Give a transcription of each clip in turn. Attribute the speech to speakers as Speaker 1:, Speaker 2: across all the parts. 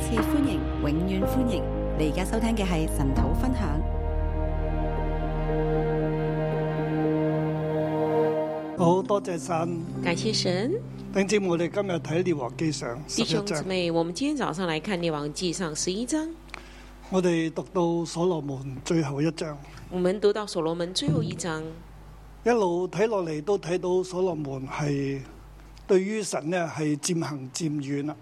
Speaker 1: 次歡迎，永遠歡迎！你而家收聽嘅係神土分享。
Speaker 2: 好多謝神，
Speaker 3: 感谢神，
Speaker 2: 弟兄姊妹，我哋今日睇《列王記上》十
Speaker 3: 弟
Speaker 2: 一
Speaker 3: 兄姊
Speaker 2: 章，
Speaker 3: 妹，我们今天早上来看《列王记》上十一章，
Speaker 2: 我哋讀到所羅門最後一章，
Speaker 3: 我们读到所罗门最后一章，
Speaker 2: 一路睇落嚟都睇到所羅門係對於神呢係漸行漸遠啊啦。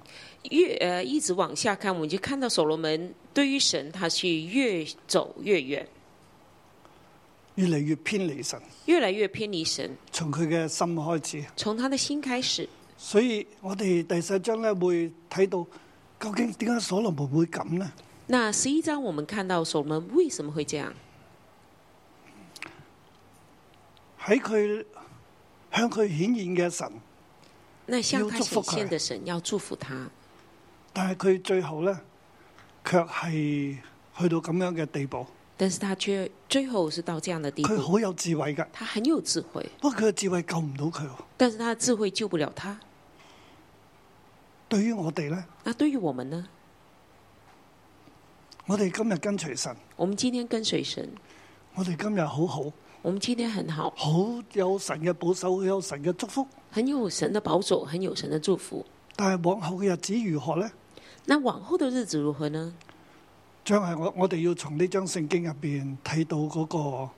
Speaker 3: 越呃一直往下看，我们就看到所罗门对于神他是越走越远，
Speaker 2: 越嚟越偏離神，
Speaker 3: 越来越偏离神，
Speaker 2: 從佢嘅心開始。
Speaker 3: 从他的心开始。
Speaker 2: 所以我哋第十章咧會睇到究竟點解所羅門會咁呢？
Speaker 3: 那十一章我们看到所罗门为什么会这样，
Speaker 2: 喺佢向佢顯現嘅神，
Speaker 3: 那向他
Speaker 2: 要祝福
Speaker 3: 显
Speaker 2: 他
Speaker 3: 现的神要祝福他，
Speaker 2: 但係佢最後呢，卻係去到咁樣嘅地步。
Speaker 3: 但是他却最后是到这样的地
Speaker 2: 佢
Speaker 3: 步。
Speaker 2: 好有智慧㗎，
Speaker 3: 他很有智慧，
Speaker 2: 不過佢嘅智慧救唔到佢喎。
Speaker 3: 但是他的智慧救不了他。
Speaker 2: 對於我哋呢，
Speaker 3: 那对于我们呢？
Speaker 2: 我哋今日跟隨神，
Speaker 3: 我们今天跟随神，
Speaker 2: 我哋今日好好，
Speaker 3: 我们今天很好，
Speaker 2: 好有神嘅保守，好有神嘅祝福。
Speaker 3: 很有神的保守，很有神的祝福。
Speaker 2: 但係往後嘅日子如何呢？
Speaker 3: 那往后的日子如何呢？
Speaker 2: 將係我我哋要從呢張聖經入邊睇到嗰個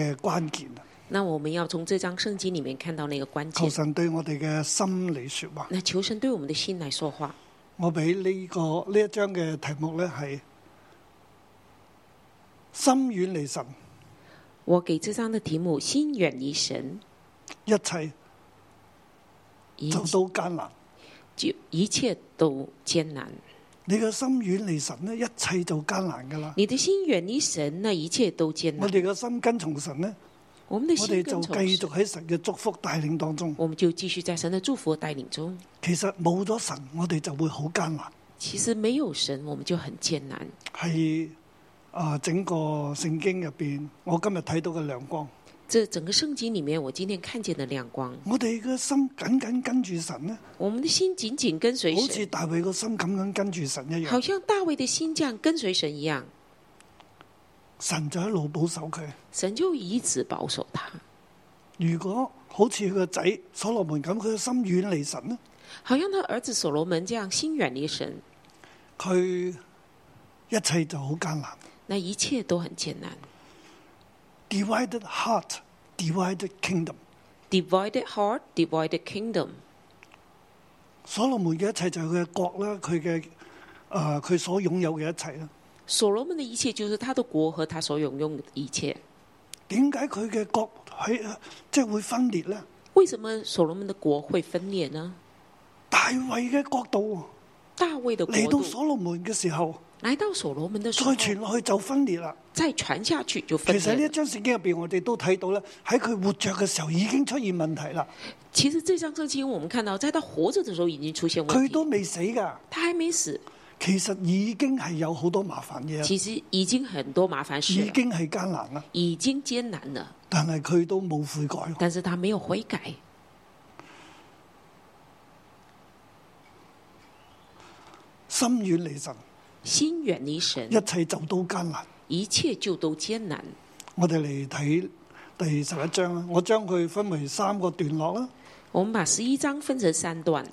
Speaker 2: 嘅關鍵啊！
Speaker 3: 那我们要从这张圣经里面看到那个关
Speaker 2: 求
Speaker 3: 键。
Speaker 2: 神對我哋嘅心理説話。
Speaker 3: 那求神对我们的心来说话。
Speaker 2: 我俾呢、個呢一章嘅題目呢係心遠離神，
Speaker 3: 我给这张的题目：心远离神，
Speaker 2: 一切
Speaker 3: 一
Speaker 2: 就都艱難。
Speaker 3: 就一切都艰难。
Speaker 2: 你嘅心遠離神呢，一切就艱難噶啦。
Speaker 3: 你的心远离神，那一切都艰
Speaker 2: 我
Speaker 3: 难。
Speaker 2: 哋嘅心跟從神呢，
Speaker 3: 我们的
Speaker 2: 我
Speaker 3: 心
Speaker 2: 哋
Speaker 3: 嗯跟
Speaker 2: 就
Speaker 3: 从
Speaker 2: 繼
Speaker 3: 神
Speaker 2: 續喺神嘅祝福帶領當中。
Speaker 3: 我们就继续在神的祝福带领中。
Speaker 2: 其實冇咗神，我哋就會好艱難。
Speaker 3: 其实没有神，我们就很艰难。
Speaker 2: 係啊、整個聖經入邊，我今日睇到嘅亮光，
Speaker 3: 这整个圣经里面，我今天看见的亮光，
Speaker 2: 我哋嘅心緊緊跟住神呢，
Speaker 3: 我们的心紧紧跟随
Speaker 2: 好似
Speaker 3: 神，
Speaker 2: 大衛個心咁樣跟住神一
Speaker 3: 好
Speaker 2: 樣。
Speaker 3: 像大卫的心这样跟随神一样，
Speaker 2: 神就一路保守佢。
Speaker 3: 神就一直保守他。
Speaker 2: 如果好似佢個仔所羅門咁，佢嘅心遠離神呢，
Speaker 3: 好像他儿子所罗门这样心远离神，
Speaker 2: 佢一切就好艱難。
Speaker 3: 那一切都很艰难。
Speaker 2: Divided heart, divided kingdom。
Speaker 3: Divided heart, divided kingdom。
Speaker 2: 所羅門嘅一切就係佢嘅國啦，佢嘅誒佢所擁有嘅一切啦。
Speaker 3: 所罗门的一切就是他的国和他所拥有的一切。
Speaker 2: 點解佢嘅國喺即係會分裂呢？
Speaker 3: 为什么所罗門的国会分裂呢？
Speaker 2: 大衛嘅國度
Speaker 3: 大卫的国
Speaker 2: 嚟到
Speaker 3: 度
Speaker 2: 所羅門嘅時候，
Speaker 3: 来到所罗门的时
Speaker 2: 再
Speaker 3: 候，
Speaker 2: 傳落去就分裂啦。
Speaker 3: 再传下去就
Speaker 2: 其
Speaker 3: 分
Speaker 2: 實呢
Speaker 3: 裂
Speaker 2: 一
Speaker 3: 了。
Speaker 2: 章聖經入邊，我哋都睇到咧，喺佢活着嘅時候已經出現問題啦。
Speaker 3: 其实这张圣经我们看到，在他活着的时候已经出现问
Speaker 2: 佢都
Speaker 3: 题，
Speaker 2: 未死㗎，
Speaker 3: 他还没死，
Speaker 2: 其實已經係有好多麻煩嘢啦，
Speaker 3: 其实已经很多麻烦事
Speaker 2: 已
Speaker 3: 了，
Speaker 2: 經係艱難啦。
Speaker 3: 已经艰难了，
Speaker 2: 但係佢都冇悔改喎。
Speaker 3: 但是他没有悔改。
Speaker 2: 心遠離神，
Speaker 3: 心远离神，
Speaker 2: 一切就都艱難。
Speaker 3: 一切就都艰难。
Speaker 2: 我哋嚟睇第十一章啦，我將佢分為三個段落啦，
Speaker 3: 我们把十一章分成三段，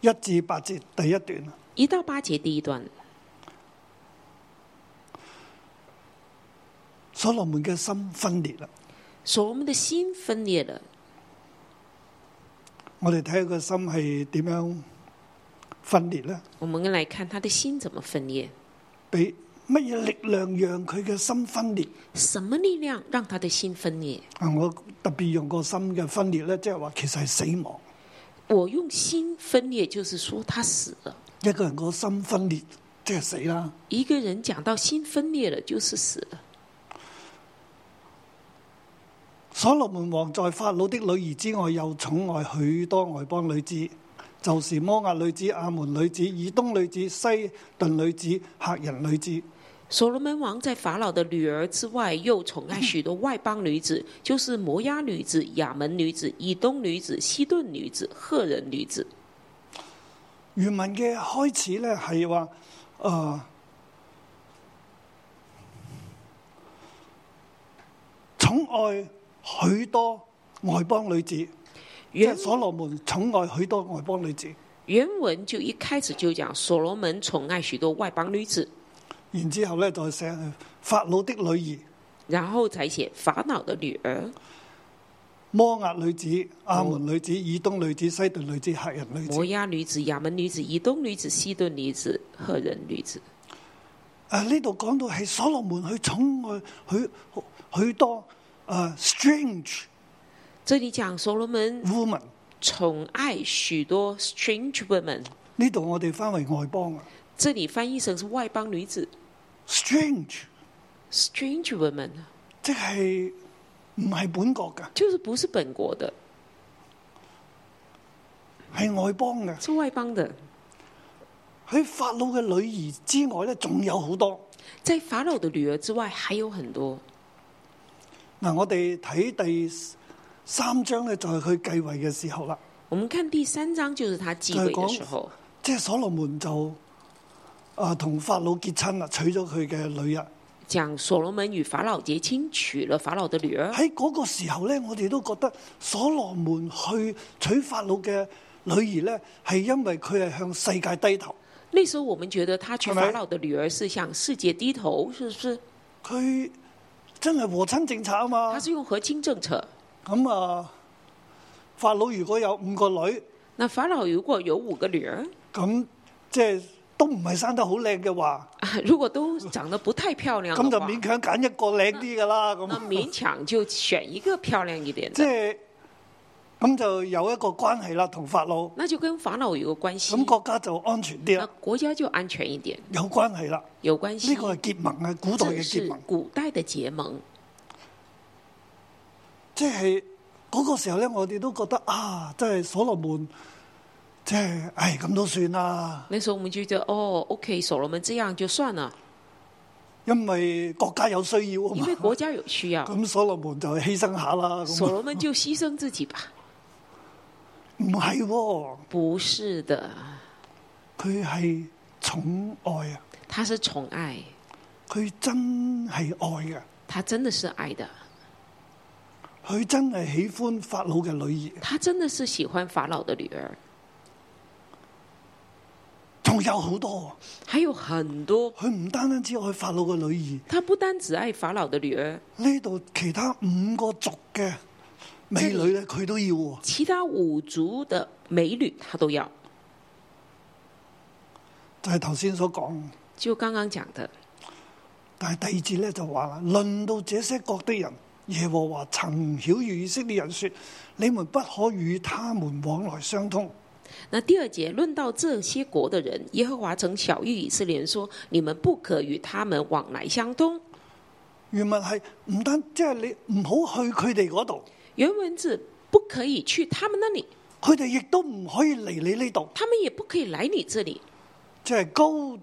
Speaker 2: 一至八節第一段，
Speaker 3: 一到八节第一段，
Speaker 2: 所羅門嘅心分裂啦。
Speaker 3: 所罗门的心分裂了，
Speaker 2: 我哋睇下個心係點樣分裂咧？
Speaker 3: 我们来看他的心怎么分裂，
Speaker 2: 俾乜嘢力量讓佢嘅心分裂？
Speaker 3: 什么力量让他的心分裂？
Speaker 2: 啊，我特別用個心嘅分裂咧，即係話其實係死亡。
Speaker 3: 我用心分裂，就是说他死了。
Speaker 2: 一個人個心分裂，即係死啦。
Speaker 3: 一个人讲到心分裂了，就是死了。
Speaker 2: 所羅門王在法老的女兒之外，又寵愛許多外邦女子，就是摩押女子、阿門女子、以東女子、西頓女子、客人女子。
Speaker 3: 所罗门王在法老的女儿之外，又宠爱许多外邦女子，就是摩押女子、亚门女子、以东女子、西顿女子、赫人女子。
Speaker 2: 原文嘅開始咧係話呃誒寵愛許多外邦女子，即係
Speaker 3: 原
Speaker 2: 所羅門寵愛許多外邦女子。
Speaker 3: 原文就一開始就講所羅門寵愛許多外邦女子，
Speaker 2: 然之後咧就寫法老的女兒、
Speaker 3: 然後才寫法老的女兒、
Speaker 2: 摩押女子、亞門女子、以東女子、西頓女子、客人女子
Speaker 3: 摩。押女子、亞門女子、以東女子、西頓女子、赫人女子。
Speaker 2: 誒啊呢度講到係所羅門去寵愛許許多誒、strange
Speaker 3: 這裡講所羅門
Speaker 2: woman。
Speaker 3: 寵愛許多 strange women，
Speaker 2: 呢度我哋翻為外邦啊
Speaker 3: 這裡翻譯成是外邦女子
Speaker 2: ，strange
Speaker 3: strange women，
Speaker 2: 即係唔係本國嘅，
Speaker 3: 就是不是本國的，
Speaker 2: 係外邦嘅。
Speaker 3: 是外邦的。
Speaker 2: 喺法老嘅女兒之外咧，仲有好多。
Speaker 3: 在法老的女兒之外，還有很多。
Speaker 2: 嗱，我哋睇第三章咧，就係佢繼位嘅時候啦，
Speaker 3: 我們看第三章，就是他繼位的時候，
Speaker 2: 即係所羅門就啊同法老結親啦，娶咗佢嘅女啊。
Speaker 3: 講所羅門與法老結親，娶了法老的女兒。
Speaker 2: 喺嗰個時候咧，我哋都覺得所羅門去娶法老嘅女兒咧，係因為佢係向世界低頭，
Speaker 3: 那時候我們覺得他娶
Speaker 2: 係咪
Speaker 3: 法老的女兒是向世界低頭，是不是？
Speaker 2: 哦佢真係和親政策啊嘛
Speaker 3: 他。是用和親政策。
Speaker 2: 咁啊，法老如果有五個女，
Speaker 3: 那法老如果有五個女兒，
Speaker 2: 咁即係都唔係生得好靚嘅話，
Speaker 3: 啊如果都長得不太漂亮
Speaker 2: 咁
Speaker 3: 的
Speaker 2: 就
Speaker 3: 話，
Speaker 2: 勉強揀一個靚啲噶啦。
Speaker 3: 那
Speaker 2: 咁
Speaker 3: 勉強就選一個漂亮一點
Speaker 2: 即
Speaker 3: 的，
Speaker 2: 係咁就有一個關係啦，同法老。
Speaker 3: 那就跟法老有個關
Speaker 2: 咁
Speaker 3: 係，
Speaker 2: 國家就安全啲
Speaker 3: 那
Speaker 2: 啦，
Speaker 3: 國家就安全一點，
Speaker 2: 有關係啦。
Speaker 3: 有關
Speaker 2: 呢個係
Speaker 3: 係。
Speaker 2: 結盟啊，古代嘅
Speaker 3: 這
Speaker 2: 結
Speaker 3: 是
Speaker 2: 盟。
Speaker 3: 古代的結盟。
Speaker 2: 即係嗰個時候咧，我哋都覺得啊，即係所羅門，即係唉咁都算啦，
Speaker 3: 那時候我們就覺得，哦，OK，所羅門這樣就算了，
Speaker 2: 因為國家有需要啊
Speaker 3: 因為
Speaker 2: 嘛。
Speaker 3: 國家有需要，
Speaker 2: 咁啊所羅門就犧牲下啦。
Speaker 3: 所
Speaker 2: 咁啊
Speaker 3: 羅門就犧牲自己吧。
Speaker 2: 唔係喎，
Speaker 3: 不是的，
Speaker 2: 佢係寵愛啊，
Speaker 3: 他是寵愛，
Speaker 2: 佢真係愛嘅，
Speaker 3: 他真的是愛的，
Speaker 2: 佢真係喜歡法老嘅女兒。
Speaker 3: 他真的是喜歡法老的女兒，
Speaker 2: 仲有好多
Speaker 3: 還有很多。
Speaker 2: 喎，佢唔單單只愛法老嘅女兒，
Speaker 3: 他不單只愛法老的女兒，
Speaker 2: 呢度其他五個族嘅美女咧，佢都要喎。
Speaker 3: 其他五族的美女他都要。
Speaker 2: 就係頭先所講。
Speaker 3: 就剛剛講的，
Speaker 2: 但係第二節咧就話啦，論到這些國的人，耶和華曾曉喻以色列人說：你們不可與他們往來相通。
Speaker 3: 那第二節論到這些國的人，耶和華曾曉諭以色列人說：你們不可與他們往來相通。
Speaker 2: 原文係唔單即係你唔好去佢哋嗰度，
Speaker 3: 原文字不可以去他們那裡，
Speaker 2: 佢哋亦都唔可以嚟你呢度，
Speaker 3: 他们也不可以來你這裡，
Speaker 2: 即係 go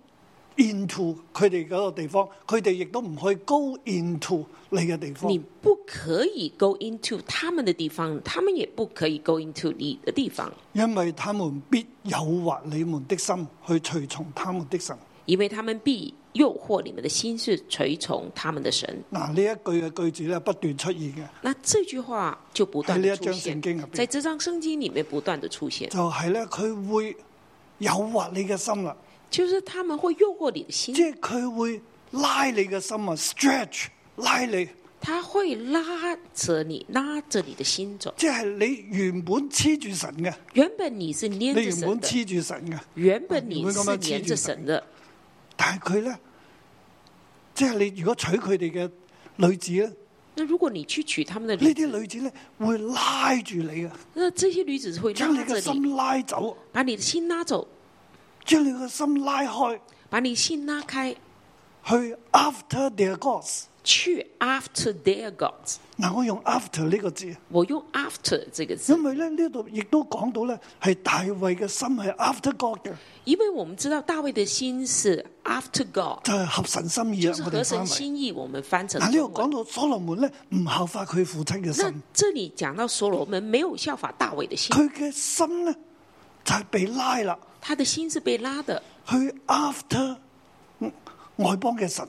Speaker 2: into 佢哋嗰個地方，佢哋亦都唔可以 go into 你嘅地方
Speaker 3: 你。不可以 go into 他們的地方，他們也不可以 go into 你的地方，
Speaker 2: 因為他們必誘惑你們的心去隨從他們的神。
Speaker 3: 因為他們必誘惑你們的心是隨從他們的神。
Speaker 2: 嗱，呢一句嘅句子咧不斷出現嘅。
Speaker 3: 那這句話就不斷
Speaker 2: 喺呢
Speaker 3: 的
Speaker 2: 一
Speaker 3: 出
Speaker 2: 章
Speaker 3: 現
Speaker 2: 聖經入，邊
Speaker 3: 在這張聖經裡面不斷的出現，
Speaker 2: 就係咧，佢會誘惑你嘅心啦，
Speaker 3: 就是他們會誘惑你的心
Speaker 2: 即，係佢會拉你嘅心啊，stretch 拉你，
Speaker 3: 他會拉扯你，拉着你的心走。
Speaker 2: 即係你原本黐住神嘅，
Speaker 3: 原本你是黏
Speaker 2: 你
Speaker 3: 着
Speaker 2: 原本
Speaker 3: 神的，
Speaker 2: 黐住神嘅，
Speaker 3: 原本你
Speaker 2: 原本咁樣
Speaker 3: 是
Speaker 2: 黐住
Speaker 3: 黏着神的，
Speaker 2: 但係佢咧，即係你如果娶佢哋嘅女子咧，呢
Speaker 3: 那如果你去娶他們的女
Speaker 2: 啲
Speaker 3: 子，
Speaker 2: 女子咧會拉住你嘅，
Speaker 3: 那這些女子是會
Speaker 2: 將你
Speaker 3: 拉
Speaker 2: 嘅
Speaker 3: 着你，
Speaker 2: 心拉走，啊
Speaker 3: 把你的心拉走，
Speaker 2: 將你嘅心拉開，
Speaker 3: 把你的心拉開，
Speaker 2: 去 after their gods。
Speaker 3: 去 after their gods。
Speaker 2: 嗱，我用 after 呢個字，啊
Speaker 3: 我用 after 這個字，
Speaker 2: 因為咧呢度亦都講到咧係大衛嘅心係 after God 嘅。
Speaker 3: 因為我們知道大衛的心是 after God，
Speaker 2: 就係合神心意
Speaker 3: 就
Speaker 2: 啊！
Speaker 3: 是
Speaker 2: 我
Speaker 3: 合
Speaker 2: 哋
Speaker 3: 神
Speaker 2: 翻嚟。
Speaker 3: 心意。我們翻成
Speaker 2: 嗱，呢
Speaker 3: 中
Speaker 2: 度
Speaker 3: 文
Speaker 2: 講。到所羅門咧，唔效法佢父親嘅
Speaker 3: 那
Speaker 2: 心，
Speaker 3: 這裡講到所羅門沒有效法大衛的心，
Speaker 2: 佢嘅心咧就係被拉啦，
Speaker 3: 他的心是被拉的
Speaker 2: 去 after 嗯外邦嘅神，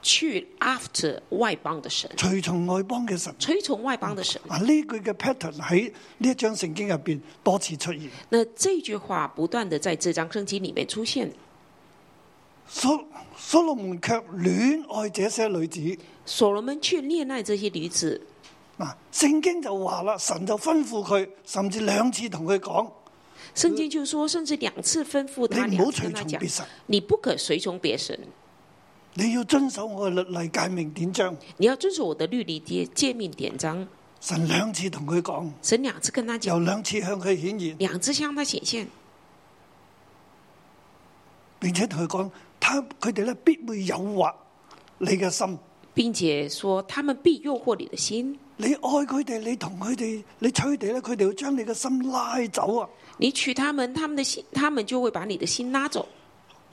Speaker 3: 去 after 外邦的神，
Speaker 2: 隨從外邦嘅神。
Speaker 3: 随从外邦的神。
Speaker 2: 啊，呢句嘅 pattern 喺呢一章聖經入邊多次出現。
Speaker 3: 那这句话不断的在这张圣经里面出現。
Speaker 2: 所所羅門卻戀愛這些女子。
Speaker 3: 所罗门却恋爱这些女子，
Speaker 2: 嗱，聖經就話啦，神就吩咐佢，甚至兩次同佢講：
Speaker 3: 圣经就说，甚至兩次吩咐他，
Speaker 2: 你唔好
Speaker 3: 兩次
Speaker 2: 隨
Speaker 3: 跟他
Speaker 2: 從別
Speaker 3: 講，
Speaker 2: 神，
Speaker 3: 你不可隨從別神，
Speaker 2: 你要遵守我嘅律例誡命典章。
Speaker 3: 你要遵守我的律例诫诫命典章。
Speaker 2: 神兩次同佢講，
Speaker 3: 神兩次跟他講，
Speaker 2: 又兩次向佢顯現，
Speaker 3: 兩次向他顯現，
Speaker 2: 並且同佢講：他佢哋咧必會誘惑你嘅心。
Speaker 3: 并且说他們必誘惑你的心。
Speaker 2: 你愛佢哋，你同佢哋，你娶佢哋咧，佢哋會將你嘅心拉走啊，
Speaker 3: 你娶他們，他們的心，他們就會把你的心拉走，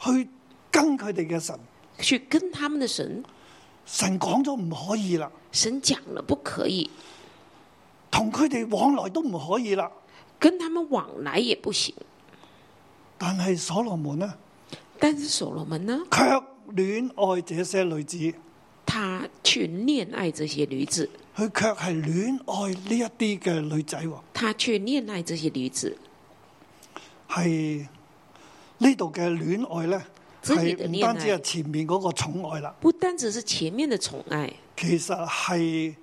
Speaker 2: 去跟佢哋嘅神。
Speaker 3: 去跟他們的神。
Speaker 2: 神講咗唔可以啦，
Speaker 3: 神講了不可以，
Speaker 2: 同佢哋往來都唔可以啦。
Speaker 3: 跟他們往來也不行。
Speaker 2: 但係所羅門呢，
Speaker 3: 但是所羅門呢，
Speaker 2: 卻戀愛這些女子。
Speaker 3: 他去戀愛這些女子，
Speaker 2: 佢卻係戀愛呢一啲嘅女仔喎，
Speaker 3: 他去戀愛這些女子，
Speaker 2: 係呢度嘅戀愛呢，
Speaker 3: 即係
Speaker 2: 係
Speaker 3: 你嘅
Speaker 2: 唔
Speaker 3: 戀
Speaker 2: 單止
Speaker 3: 愛
Speaker 2: 係前面嗰個寵愛啦，
Speaker 3: 不單只是前面的寵愛，
Speaker 2: 其實係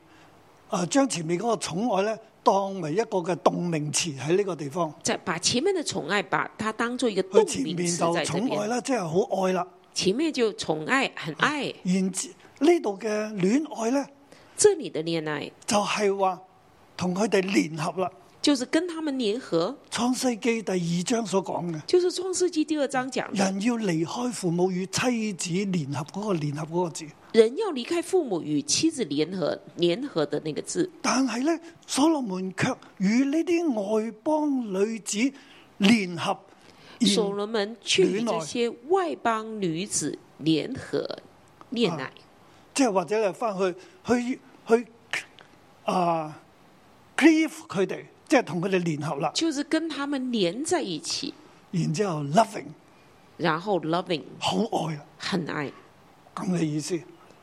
Speaker 2: 誒將前面嗰個寵愛呢，當為一個嘅動名詞喺呢個地方。
Speaker 3: 在把前面的寵愛把它當做一個動
Speaker 2: 佢前
Speaker 3: 名
Speaker 2: 面
Speaker 3: 詞
Speaker 2: 就
Speaker 3: 在這
Speaker 2: 寵愛
Speaker 3: 邊，
Speaker 2: 啦，即係好愛啦。
Speaker 3: 前面就寵愛很愛，
Speaker 2: 然之呢度嘅戀愛呢，
Speaker 3: 這裡的戀愛
Speaker 2: 就係話同佢哋聯合啦。
Speaker 3: 就是跟他們聯合，
Speaker 2: 創世記第二章所講嘅，
Speaker 3: 就是創世紀第二章講的，
Speaker 2: 人要離開父母與妻子聯合嗰個聯合嗰個字。
Speaker 3: 人要離開父母與妻子聯合，聯合的那個字。
Speaker 2: 但係咧，所羅門卻與呢啲外邦女子聯合，而
Speaker 3: 所羅門卻與這些外邦女子聯合戀愛，
Speaker 2: 即係或者係翻去去去啊 grieve 佢哋，即係同佢哋聯合啦。
Speaker 3: 就是跟他們連在一起，
Speaker 2: 然之後 loving
Speaker 3: 然後 loving
Speaker 2: 好愛啦，啊
Speaker 3: 很愛，
Speaker 2: 咁嘅意思。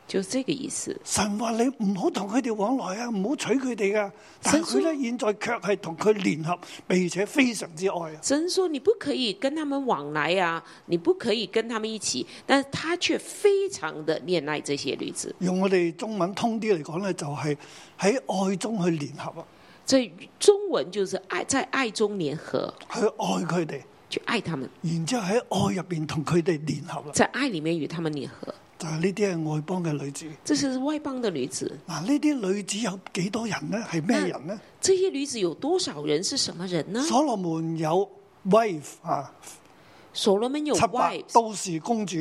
Speaker 3: 就這個意思。
Speaker 2: 神話你唔好同佢哋往來啊，唔好娶佢哋噶。但係佢咧現在卻係同佢聯合，並且非常之愛啊。
Speaker 3: 神說你不可以跟他們往來啊，你不可以跟他們一起，但是他卻非常的戀愛這些女子。
Speaker 2: 用我哋中文通啲嚟講咧，就係喺愛中去聯合啊，
Speaker 3: 所以中文就是愛，在愛中聯合，
Speaker 2: 去愛佢哋。
Speaker 3: 去愛他們，
Speaker 2: 然之後喺愛入邊同佢哋聯合啦，
Speaker 3: 在愛裡面與他們聯合。
Speaker 2: 就係呢啲係外邦嘅女子。
Speaker 3: 這是外邦的女子，
Speaker 2: 嗱，呢啲女子有幾多人呢？係咩人呢？
Speaker 3: 這些女子有多少人是什麼人呢？
Speaker 2: 所羅門有 wife 啊，
Speaker 3: 所羅門有
Speaker 2: 七百
Speaker 3: wives，
Speaker 2: 都是公主。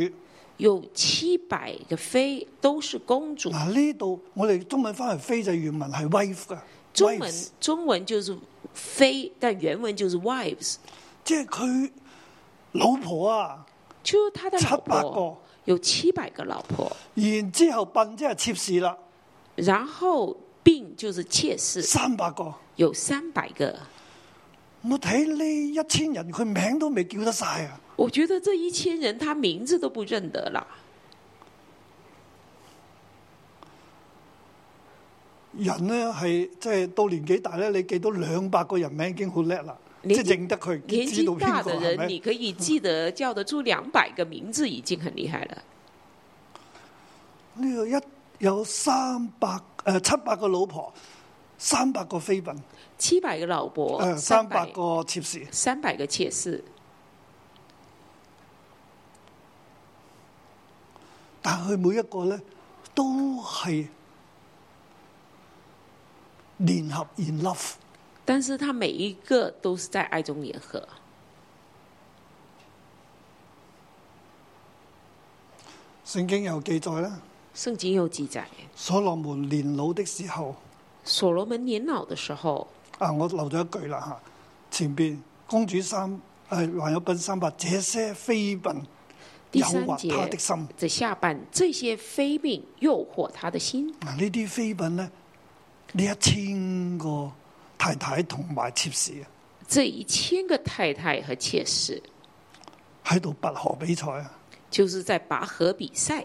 Speaker 3: 有七百個妃，都是公主。
Speaker 2: 嗱，呢度我哋中文翻嚟非就原文係 wife 噶
Speaker 3: 中文
Speaker 2: ，wives
Speaker 3: 中文就是妃，但原文就是 wives，
Speaker 2: 即係佢老婆啊。
Speaker 3: 就是他的老
Speaker 2: 700個
Speaker 3: 婆有七百個老婆。
Speaker 2: 然之後笨即係妾侍啦，
Speaker 3: 然後病就是妾室，
Speaker 2: 三百個。
Speaker 3: 有三百個。
Speaker 2: 我睇呢一千人，佢名都未叫得晒啊！
Speaker 3: 我覺得這一千人他名字都不認得了。
Speaker 2: 人呢係即係到年紀大咧，你記到兩百個人名已經好叻啦，即
Speaker 3: 年
Speaker 2: 係
Speaker 3: 紀
Speaker 2: 認得佢，
Speaker 3: 年
Speaker 2: 知道
Speaker 3: 紀
Speaker 2: 邊
Speaker 3: 大
Speaker 2: 個
Speaker 3: 的
Speaker 2: 係
Speaker 3: 人，你
Speaker 2: 咪？
Speaker 3: 可以記得叫得出兩百個名字，已經很厲害了。
Speaker 2: 呢度一有三百誒七百個老婆，三百個妃嬪，
Speaker 3: 七百個老婆，
Speaker 2: 誒
Speaker 3: 哦三
Speaker 2: 嗯三
Speaker 3: 百
Speaker 2: 百個妾侍，
Speaker 3: 三百個妾室，
Speaker 2: 但係佢每一個咧都係聯合 in love，
Speaker 3: 但是他每一個都是在愛中聯合。
Speaker 2: 聖經有記載啦。
Speaker 3: 聖經有記載，
Speaker 2: 所羅門年老的時候，
Speaker 3: 所羅門年老的時候，
Speaker 2: 啊，我留咗一句啦嚇，前邊公主三呃誒還有賓三百，這些妃嬪
Speaker 3: 第
Speaker 2: 誘
Speaker 3: 三
Speaker 2: 惑他的
Speaker 3: 節
Speaker 2: 心。啊
Speaker 3: 這下半這些妃嬪誘惑他的心。
Speaker 2: 嗱，呢啲妃嬪咧，呢一千個太太同埋妾侍啊，
Speaker 3: 这一千个太太和妾室，
Speaker 2: 喺度拔河比賽啊，
Speaker 3: 就是在拔河比赛，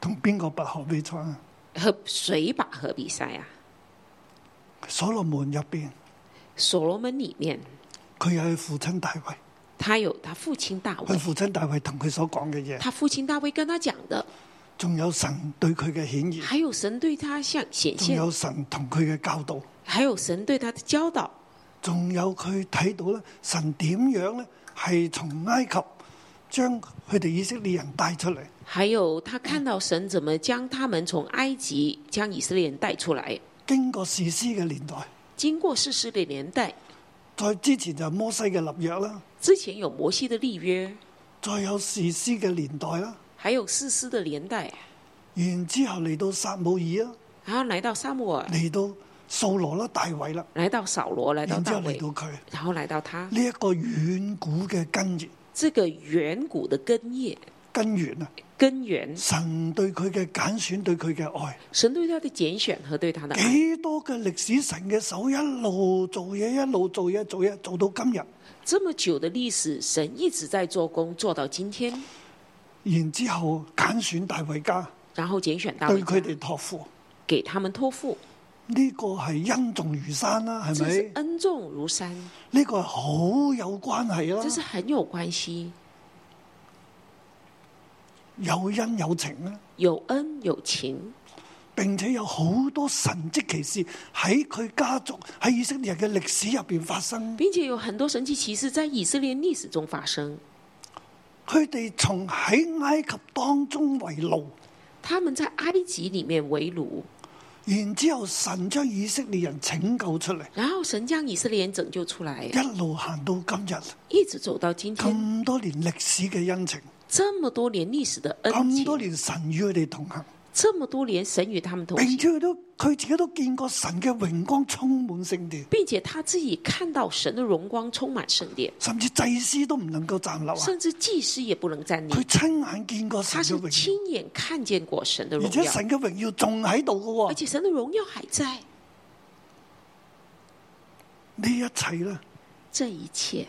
Speaker 2: 同邊個拔河比賽啊？
Speaker 3: 和谁拔河比赛啊？
Speaker 2: 所羅門入邊，
Speaker 3: 所罗门里面，
Speaker 2: 佢有佢父親大衛，
Speaker 3: 他有他父亲大
Speaker 2: 佢
Speaker 3: 卫，
Speaker 2: 父親大衛同佢所講嘅嘢，
Speaker 3: 他父亲大卫跟他讲的，
Speaker 2: 仲有神對佢嘅顯現，
Speaker 3: 还有神对他像显
Speaker 2: 仲
Speaker 3: 现，
Speaker 2: 有神同佢嘅教導，
Speaker 3: 还有神对他的教导，
Speaker 2: 仲有佢睇到咧神點樣咧係從埃及將佢哋以色列人帶出嚟。
Speaker 3: 还有他看到神怎么将他们从埃及 将以色列人带出来。
Speaker 2: 經過士師嘅年代，
Speaker 3: 经过世事的年代，
Speaker 2: 再之前就係摩西嘅立約啦，
Speaker 3: 之前有摩西的立约，
Speaker 2: 再有士師嘅年代啦，
Speaker 3: 还有世师的年代，
Speaker 2: 然之後嚟到撒姆耳啦，
Speaker 3: 然后来到撒母耳，
Speaker 2: 嚟到掃羅啦、大衛啦，
Speaker 3: 来到扫罗，来到
Speaker 2: 然之
Speaker 3: 大
Speaker 2: 後嚟
Speaker 3: 卫
Speaker 2: 到，佢呢
Speaker 3: 然后来到他
Speaker 2: 一個遠古嘅根源，
Speaker 3: 这个远古的根叶
Speaker 2: 根源啊，
Speaker 3: 根源，
Speaker 2: 神對佢嘅揀選，對佢嘅愛，
Speaker 3: 神对他的拣选和对他的爱，
Speaker 2: 幾多嘅歷史，神嘅手一路做嘢，一路做嘢，做嘢做到今日。
Speaker 3: 这么久的历史，神一直在做工，做到今天，
Speaker 2: 然之後揀選大衛家，
Speaker 3: 然后拣选大
Speaker 2: 對
Speaker 3: 卫
Speaker 2: 佢
Speaker 3: 家
Speaker 2: 哋，托付，
Speaker 3: 给他们托付，
Speaker 2: 呢、個係恩重如山啦，係
Speaker 3: 这是
Speaker 2: 咪？
Speaker 3: 恩重如山，
Speaker 2: 呢、個係好有關係
Speaker 3: 这是
Speaker 2: 啦，
Speaker 3: 很有关系，
Speaker 2: 有恩有情啦，
Speaker 3: 有恩有情，
Speaker 2: 並且有好多神蹟奇事喺佢家族喺以色列人嘅歷史入边發生。
Speaker 3: 并且有很多神奇奇事在以色列历史中发生。
Speaker 2: 佢哋從喺埃及當中為奴，
Speaker 3: 他们在埃及里面为奴，
Speaker 2: 然之后神將以色列人拯救出嚟，
Speaker 3: 然后神将以色列人拯救出来，
Speaker 2: 一路行到今日，
Speaker 3: 一直走到今天，
Speaker 2: 咁多年歷史嘅恩情，
Speaker 3: 这么多年历史的恩
Speaker 2: 咁
Speaker 3: 情
Speaker 2: 多，年神與佢哋同行。
Speaker 3: 这么多年神与他们同
Speaker 2: 並
Speaker 3: 行，
Speaker 2: 且佢都佢自己都見過神嘅榮光充滿聖殿，
Speaker 3: 并且他自己看到神的荣光充满圣殿，
Speaker 2: 甚至祭司都唔能夠站立啊！
Speaker 3: 甚至祭司也不能站立
Speaker 2: 佢。親眼見過神
Speaker 3: 他
Speaker 2: 嘅
Speaker 3: 是
Speaker 2: 榮
Speaker 3: 亲眼看见过神的
Speaker 2: 耀，而
Speaker 3: 荣
Speaker 2: 且
Speaker 3: 耀，
Speaker 2: 神啊嘅榮耀仲喺度
Speaker 3: 而
Speaker 2: 嘅喎。
Speaker 3: 且神的荣耀还在。
Speaker 2: 呢一切咧，
Speaker 3: 这一切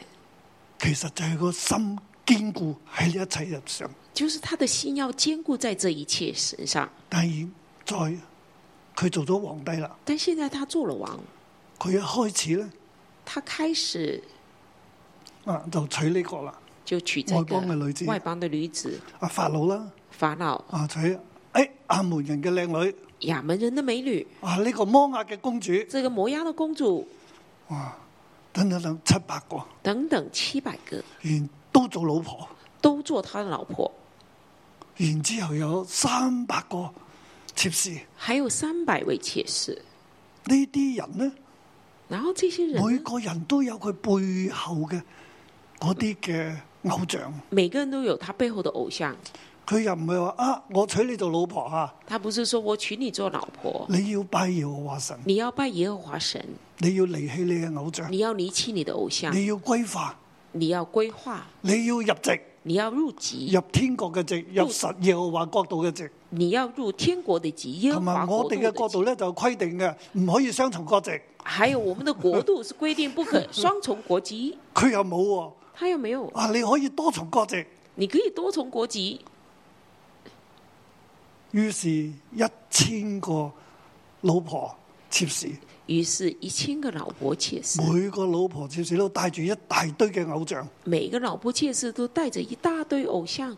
Speaker 2: 其實就係個心堅固喺呢一切入上。
Speaker 3: 就是他的心要坚固在这一切身上。
Speaker 2: 但係在佢做咗皇帝啦，
Speaker 3: 但现在他做了王，
Speaker 2: 佢一開始咧
Speaker 3: 他开始
Speaker 2: 啊就娶呢個啦，
Speaker 3: 就娶这
Speaker 2: 外
Speaker 3: 个
Speaker 2: 邦的女子
Speaker 3: 外邦的女子
Speaker 2: 阿法老啦，
Speaker 3: 法老
Speaker 2: 啊娶誒亞門人嘅靚女，
Speaker 3: 亚门人的美女，
Speaker 2: 啊呢、個摩亞嘅公主，
Speaker 3: 这个摩押的公主
Speaker 2: 等等等七百個，
Speaker 3: 等等七百个
Speaker 2: 然都做老婆。
Speaker 3: 都做他的老婆，
Speaker 2: 然之後有三百個妾侍，呢
Speaker 3: 还有三百位妾室。
Speaker 2: 啲人呢，
Speaker 3: 然后这些人
Speaker 2: 每
Speaker 3: 呢，
Speaker 2: 個人都有佢背後嘅嗰啲嘅偶像。
Speaker 3: 每个人都有他背后的偶像。
Speaker 2: 佢又唔係話啊，我娶你做老婆啊，
Speaker 3: 他不是说我娶你做老婆，
Speaker 2: 你要拜耶和華神，
Speaker 3: 你要拜耶和华神，
Speaker 2: 你要離棄你嘅偶像，
Speaker 3: 你啊要离弃你的偶像，
Speaker 2: 你要歸化，
Speaker 3: 你要规划，
Speaker 2: 你要入籍，
Speaker 3: 你要入籍，
Speaker 2: 入天國嘅籍，入神耶和華國度嘅籍，
Speaker 3: 你要入天国的籍，耶和
Speaker 2: 同
Speaker 3: 华
Speaker 2: 埋
Speaker 3: 国
Speaker 2: 我
Speaker 3: 度
Speaker 2: 哋
Speaker 3: 的
Speaker 2: 嘅國度
Speaker 3: 籍。
Speaker 2: 咧就規定嘅，唔可以雙重國籍。
Speaker 3: 还有我们的国度是规定不可双重国籍，
Speaker 2: 佢又冇喎，
Speaker 3: 他又没有，
Speaker 2: 啊你可以多重國籍。
Speaker 3: 你可以多重国籍。
Speaker 2: 於是，一千個老婆妾侍，
Speaker 3: 于是，一千个老婆妾室，
Speaker 2: 每個老婆妾侍都帶住一大堆嘅偶像，
Speaker 3: 每个老婆妾室都带着一大堆偶像，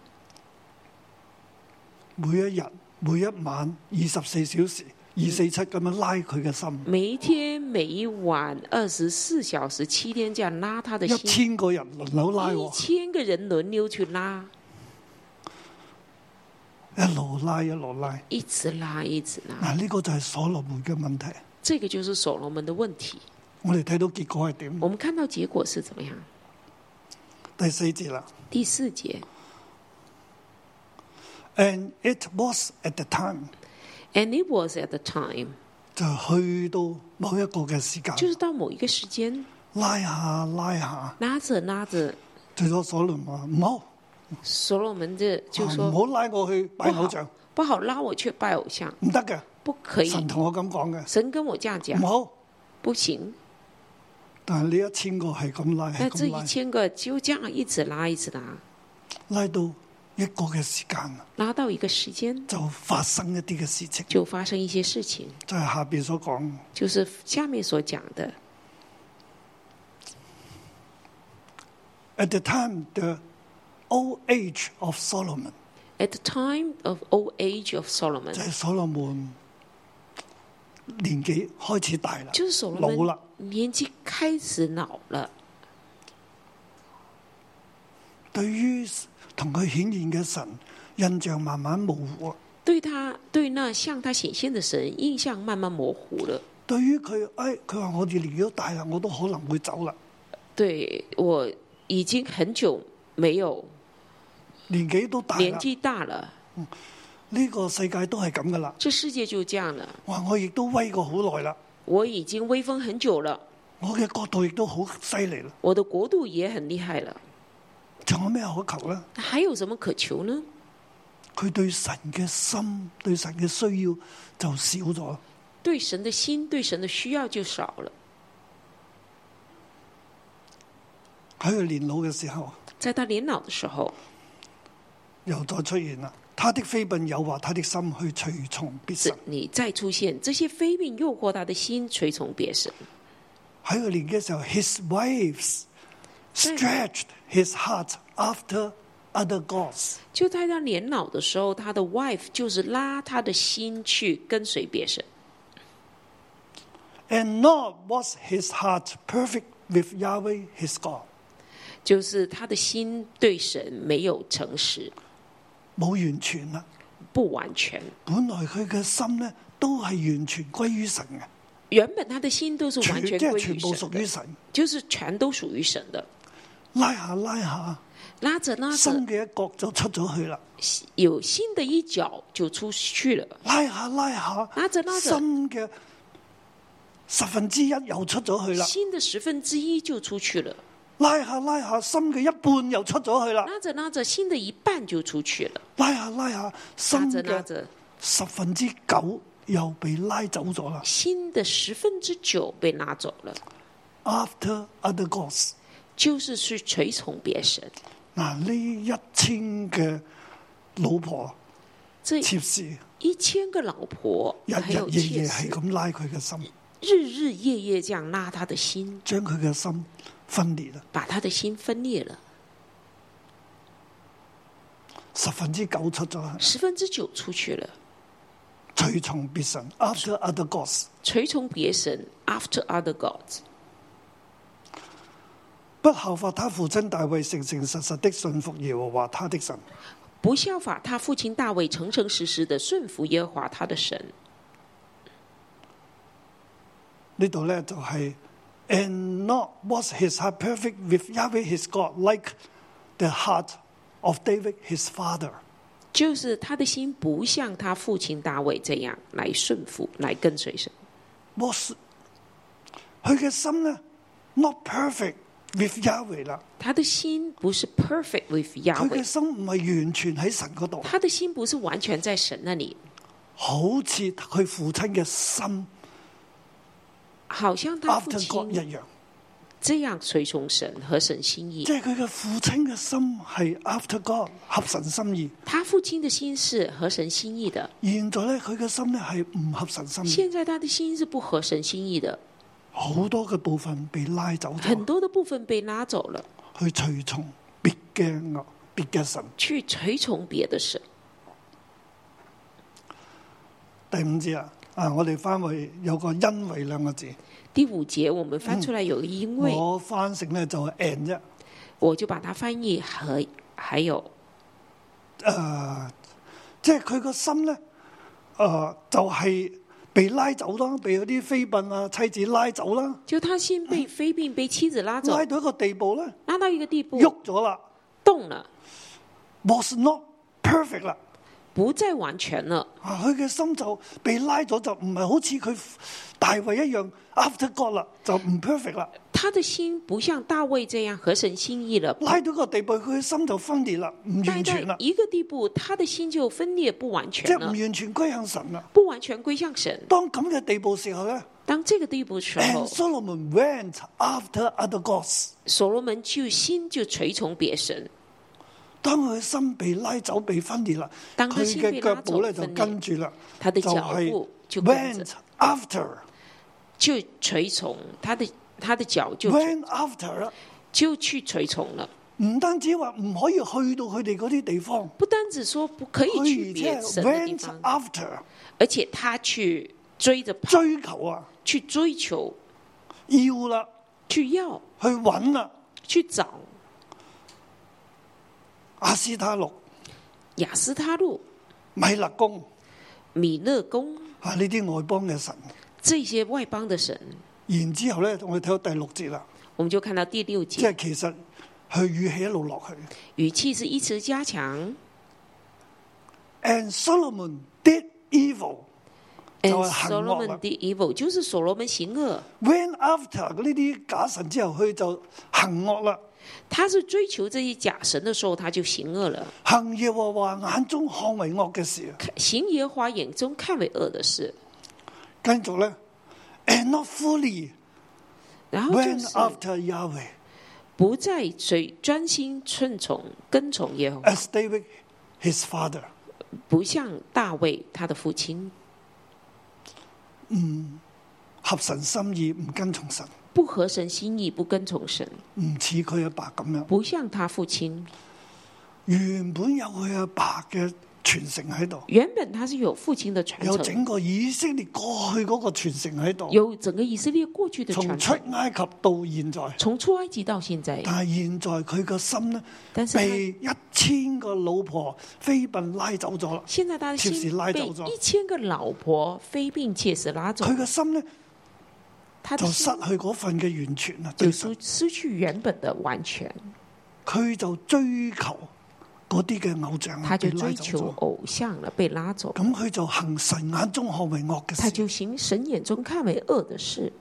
Speaker 2: 每一日、每一晚、二十四小時、二四七咁樣拉佢嘅心。
Speaker 3: 每一天、每一晚、二十四小时、七天这样拉他的
Speaker 2: 一
Speaker 3: 心。
Speaker 2: 千個人輪流拉
Speaker 3: 一
Speaker 2: 喎，
Speaker 3: 千个人轮流去拉，
Speaker 2: 一路拉一路拉。
Speaker 3: 一直拉，一直拉。
Speaker 2: 嗱，呢個就係所羅門嘅問題。
Speaker 3: 这个就是所罗门的问题。
Speaker 2: 我哋睇到結果係點？
Speaker 3: 我们看到结果是怎么样？
Speaker 2: 第四節啦。
Speaker 3: 第四节
Speaker 2: And it was at the time，
Speaker 3: ，and it was at the time，
Speaker 2: 就去到某一個嘅時間，
Speaker 3: 就是到某一个时间，
Speaker 2: 拉下拉下，
Speaker 3: 拉着拉着，
Speaker 2: 最咗所羅門話唔好，
Speaker 3: 所罗门这就
Speaker 2: 啊
Speaker 3: 说
Speaker 2: 唔好拉我去拜
Speaker 3: 不
Speaker 2: 偶像
Speaker 3: 好。，不好拉我去拜偶像，
Speaker 2: 唔得嘅，
Speaker 3: 不可以。
Speaker 2: 神同我咁講嘅，
Speaker 3: 神跟我这样讲
Speaker 2: 唔，好，
Speaker 3: 不行，
Speaker 2: 但係呢一千個係咁拉，係
Speaker 3: 那这
Speaker 2: 咁
Speaker 3: 一
Speaker 2: 拉，
Speaker 3: 千个就这样一直拉一直拉，
Speaker 2: 拉到一個嘅時間啊
Speaker 3: 拉到一个时间
Speaker 2: 就發生一啲嘅事情，
Speaker 3: 就发生一些事情，
Speaker 2: 就係下邊所講。
Speaker 3: 就是下面所讲的。
Speaker 2: At the time, the old age of Solomon
Speaker 3: At the time of old age
Speaker 2: 就
Speaker 3: of Solomon，
Speaker 2: 係所羅門年紀開始大啦，
Speaker 3: 就是所罗
Speaker 2: 老啦
Speaker 3: 门，年纪开始老了，
Speaker 2: 對於同佢顯現嘅神印象慢慢模糊啊。
Speaker 3: 对他对那向他显现的神印象慢慢模糊了。
Speaker 2: 對於佢，哎，佢話我哋年紀都大啦，我都可能會走啦。
Speaker 3: 对我已经很久没有
Speaker 2: 年紀都大
Speaker 3: 年
Speaker 2: 啦，
Speaker 3: 纪大了，
Speaker 2: 呢、個世界都係咁噶啦。
Speaker 3: 这世界就这样了。
Speaker 2: 哇！我亦都威過好耐啦，
Speaker 3: 我已经威风很久了，
Speaker 2: 我嘅角度亦都好犀利啦。
Speaker 3: 我的国度也很厉害了，
Speaker 2: 仲有咩可求呢？
Speaker 3: 那还有什么可求呢？
Speaker 2: 佢對神嘅心、對神嘅需要就少咗。
Speaker 3: 对神的心，对神的需要就少了。
Speaker 2: 喺佢年老嘅時候，
Speaker 3: 在他年老的时候，
Speaker 2: 又再出現啦。他的妃嫔誘惑他的心去隨從別
Speaker 3: 这
Speaker 2: 神。
Speaker 3: 你再出现这些非命诱惑他的心，随从别神。
Speaker 2: 喺佢年紀嘅時候，his wives stretched his heart after other gods。
Speaker 3: 就在他年老的时候，他的 wife 就是拉他的心去跟随别神，
Speaker 2: And nor was his heart perfect with Yahweh his God。
Speaker 3: 就是他的心对神没有诚实，
Speaker 2: 冇完全啦，
Speaker 3: 不完全。
Speaker 2: 本來佢嘅心呢都係完全歸於神嘅，
Speaker 3: 原本他的心都是
Speaker 2: 全
Speaker 3: 完
Speaker 2: 即
Speaker 3: 全
Speaker 2: 係
Speaker 3: 归
Speaker 2: 全
Speaker 3: 于
Speaker 2: 部屬
Speaker 3: 神
Speaker 2: 於
Speaker 3: 的，
Speaker 2: 神。
Speaker 3: 就是全都属于神的。
Speaker 2: 拉下拉下，
Speaker 3: 拉着拉
Speaker 2: 新
Speaker 3: 着，
Speaker 2: 嘅一角就出咗去啦。
Speaker 3: 有新的一脚就出去了。
Speaker 2: 拉下拉下，
Speaker 3: 拉着拉着，
Speaker 2: 新嘅十分之一又出咗去啦。
Speaker 3: 新的十分之一就出去了。
Speaker 2: 拉下拉下，新嘅一半又出咗去啦。
Speaker 3: 拉着拉着，新的一半就出去了。
Speaker 2: 拉下拉下，新
Speaker 3: 拉着拉
Speaker 2: 嘅
Speaker 3: 着，
Speaker 2: 十分之九又被拉走咗啦。
Speaker 3: 新的十分之九被拉走了，
Speaker 2: After other gods，
Speaker 3: 就是去随从别神。
Speaker 2: 嗱呢一千嘅老婆
Speaker 3: 这
Speaker 2: 妾侍，
Speaker 3: 一千个老婆，
Speaker 2: 日
Speaker 3: 还有
Speaker 2: 日夜
Speaker 3: 妾
Speaker 2: 夜係，
Speaker 3: 室
Speaker 2: 咁拉佢嘅心，
Speaker 3: 日日夜夜这样拉他的心，
Speaker 2: 將佢嘅心分裂啦。
Speaker 3: 把他的心分裂了。
Speaker 2: 十分之九出咗去，
Speaker 3: 十分之九出去了，
Speaker 2: 隨從別神。After other gods。
Speaker 3: 随从别神，after other gods。
Speaker 2: 不效法他父親大衛，誠誠實實的信服耶和華他的神。
Speaker 3: 不效法他父亲大卫，诚诚实实的顺服耶和华他的神。
Speaker 2: 呢度呢，就係 and not was his heart perfect with Yahweh his God like the heart of David his father。
Speaker 3: 就是他的心不像他父亲大卫这样来顺服、来跟随神。
Speaker 2: was 佢嘅心呢 not perfect with Yahweh 啦，
Speaker 3: 他的心不是 perfect with
Speaker 2: 佢嘅
Speaker 3: Yahweh，
Speaker 2: 心唔係完全喺神嗰度，
Speaker 3: 他的心不是完全在神那里，
Speaker 2: 好似佢父親嘅心
Speaker 3: 好像他父
Speaker 2: after God 一
Speaker 3: 亲
Speaker 2: 樣，
Speaker 3: 这样随从神和神心意
Speaker 2: 即。係佢嘅父親嘅心係 after God 合神心意。
Speaker 3: 他父亲的心是合神心意的，
Speaker 2: 現在咧，佢嘅心咧係唔合神心意，
Speaker 3: 现在他的心是不合神心意的，
Speaker 2: 好多嘅部分被拉走
Speaker 3: 很
Speaker 2: 咗，
Speaker 3: 多的部分被拉走了，
Speaker 2: 去隨從別嘅牛、別嘅神。
Speaker 3: 去随从别的神。
Speaker 2: 第五節啊，啊，我哋翻去有個因為兩個字，
Speaker 3: 第五节我们翻出来有个因为，
Speaker 2: 我翻成咧就係 and 啫，
Speaker 3: 我就把它翻译和还有
Speaker 2: 啊即係佢個心咧，誒、就係、被拉走啦，被嗰啲妃嫔啊、妻子拉走啦，
Speaker 3: 就他心
Speaker 2: 嗯
Speaker 3: 被非病被妻子拉走哦
Speaker 2: 拉，到一個地步咧，
Speaker 3: 拉到一个地步，
Speaker 2: 喐咗啦
Speaker 3: 动了，
Speaker 2: ，was not perfect 啦。
Speaker 3: 不再完全了。
Speaker 2: 啊！佢嘅心就被拉咗，就唔係好似佢大衛一樣 after God 啦，就唔 perfect 啦，
Speaker 3: 他的心不像大卫这样合神心意了，
Speaker 2: 拉到個地步，佢嘅心就分裂啦，唔
Speaker 3: 待
Speaker 2: 完全
Speaker 3: 在
Speaker 2: 啦，
Speaker 3: 一个地步，他的心就分裂不完
Speaker 2: 即係
Speaker 3: 全
Speaker 2: 唔
Speaker 3: 了，
Speaker 2: 完全歸向神啦。
Speaker 3: 不完全归向神。
Speaker 2: 當咁嘅地步時候咧，
Speaker 3: 当这个地步时
Speaker 2: And
Speaker 3: 候，
Speaker 2: Solomon went after other gods。
Speaker 3: 所罗门就心就随从别神，
Speaker 2: 當佢心被拉走、被分裂啦，
Speaker 3: 當
Speaker 2: 佢
Speaker 3: 佢心
Speaker 2: 嘅
Speaker 3: 被
Speaker 2: 腳
Speaker 3: 拉走
Speaker 2: 步咧就
Speaker 3: 分裂
Speaker 2: 跟住啦，
Speaker 3: 他的
Speaker 2: 就
Speaker 3: 腳步
Speaker 2: 係
Speaker 3: 就跟着
Speaker 2: went after
Speaker 3: 就随从他的他的脚就
Speaker 2: went after 啦，
Speaker 3: 就去随从了。
Speaker 2: 唔單止話唔可以去到佢哋嗰啲地方，
Speaker 3: 不单只说不可以
Speaker 2: 佢
Speaker 3: 去别
Speaker 2: 而且
Speaker 3: 神的地
Speaker 2: went
Speaker 3: 方，
Speaker 2: after
Speaker 3: 而且他去追着跑，
Speaker 2: 追求啊，
Speaker 3: 去追求，
Speaker 2: 要啦，
Speaker 3: 去要，
Speaker 2: 去揾啊啦，
Speaker 3: 去找
Speaker 2: 阿斯塔錄、
Speaker 3: 雅斯他路、
Speaker 2: 米勒公
Speaker 3: 米勒公
Speaker 2: 啊呢啲外邦嘅神。
Speaker 3: 这些外邦的神。
Speaker 2: 然之後咧，我哋睇到第六節啦，
Speaker 3: 我们就看到第六
Speaker 2: 即
Speaker 3: 节，
Speaker 2: 係其實佢語氣一路落去。
Speaker 3: 语气是一直加强。
Speaker 2: And Solomon did evil，
Speaker 3: And
Speaker 2: 就係行惡啦
Speaker 3: Solomon the evil 就是所罗门行恶，
Speaker 2: went after 呢啲假神之後，佢就行惡啦，
Speaker 3: 他是追求这些假神的时候，他就行恶了，
Speaker 2: 行耶和華眼中看為惡嘅事。啊
Speaker 3: 看行耶和华眼中看为恶的事。
Speaker 2: 跟住咧，and not fully
Speaker 3: 然后就
Speaker 2: went
Speaker 3: 是
Speaker 2: after Yahweh
Speaker 3: 不再随专心顺从跟从耶和华，
Speaker 2: as David his father，
Speaker 3: 不像大卫他的父亲
Speaker 2: 合神心意唔跟從神，
Speaker 3: 不合神心意，不跟從神，
Speaker 2: 唔似佢阿爸咁樣。
Speaker 3: 不像他父亲。
Speaker 2: 原本有佢阿爸嘅傳承喺度，
Speaker 3: 原本他是有父亲的传
Speaker 2: 有整
Speaker 3: 承，
Speaker 2: 個以色列過去嗰個傳承喺度，
Speaker 3: 有整个以色列過去的
Speaker 2: 從
Speaker 3: 传
Speaker 2: 出
Speaker 3: 承，
Speaker 2: 埃及到現在。
Speaker 3: 从出埃及到现在，
Speaker 2: 但係現在佢個心呢，
Speaker 3: 但是他
Speaker 2: 被一千個老婆妃嫔拉走咗啦。
Speaker 3: 现在他的
Speaker 2: 妾
Speaker 3: 心
Speaker 2: 侍拉
Speaker 3: 被
Speaker 2: 走咗
Speaker 3: 一千个老婆非病妾侍拉走，
Speaker 2: 佢個心呢，
Speaker 3: 他的
Speaker 2: 就失啊
Speaker 3: 心
Speaker 2: 去嗰份嘅完全啦。對
Speaker 3: 就
Speaker 2: 神
Speaker 3: 失失去原本的完全，
Speaker 2: 佢就追求嗰啲嘅偶像
Speaker 3: 他
Speaker 2: 啊，
Speaker 3: 就
Speaker 2: 被拉
Speaker 3: 追
Speaker 2: 走
Speaker 3: 求
Speaker 2: 咗。
Speaker 3: 偶像了，被拉走，
Speaker 2: 咁佢就行神眼中看為惡嘅
Speaker 3: 他
Speaker 2: 事。
Speaker 3: 就行神眼中看为恶的事。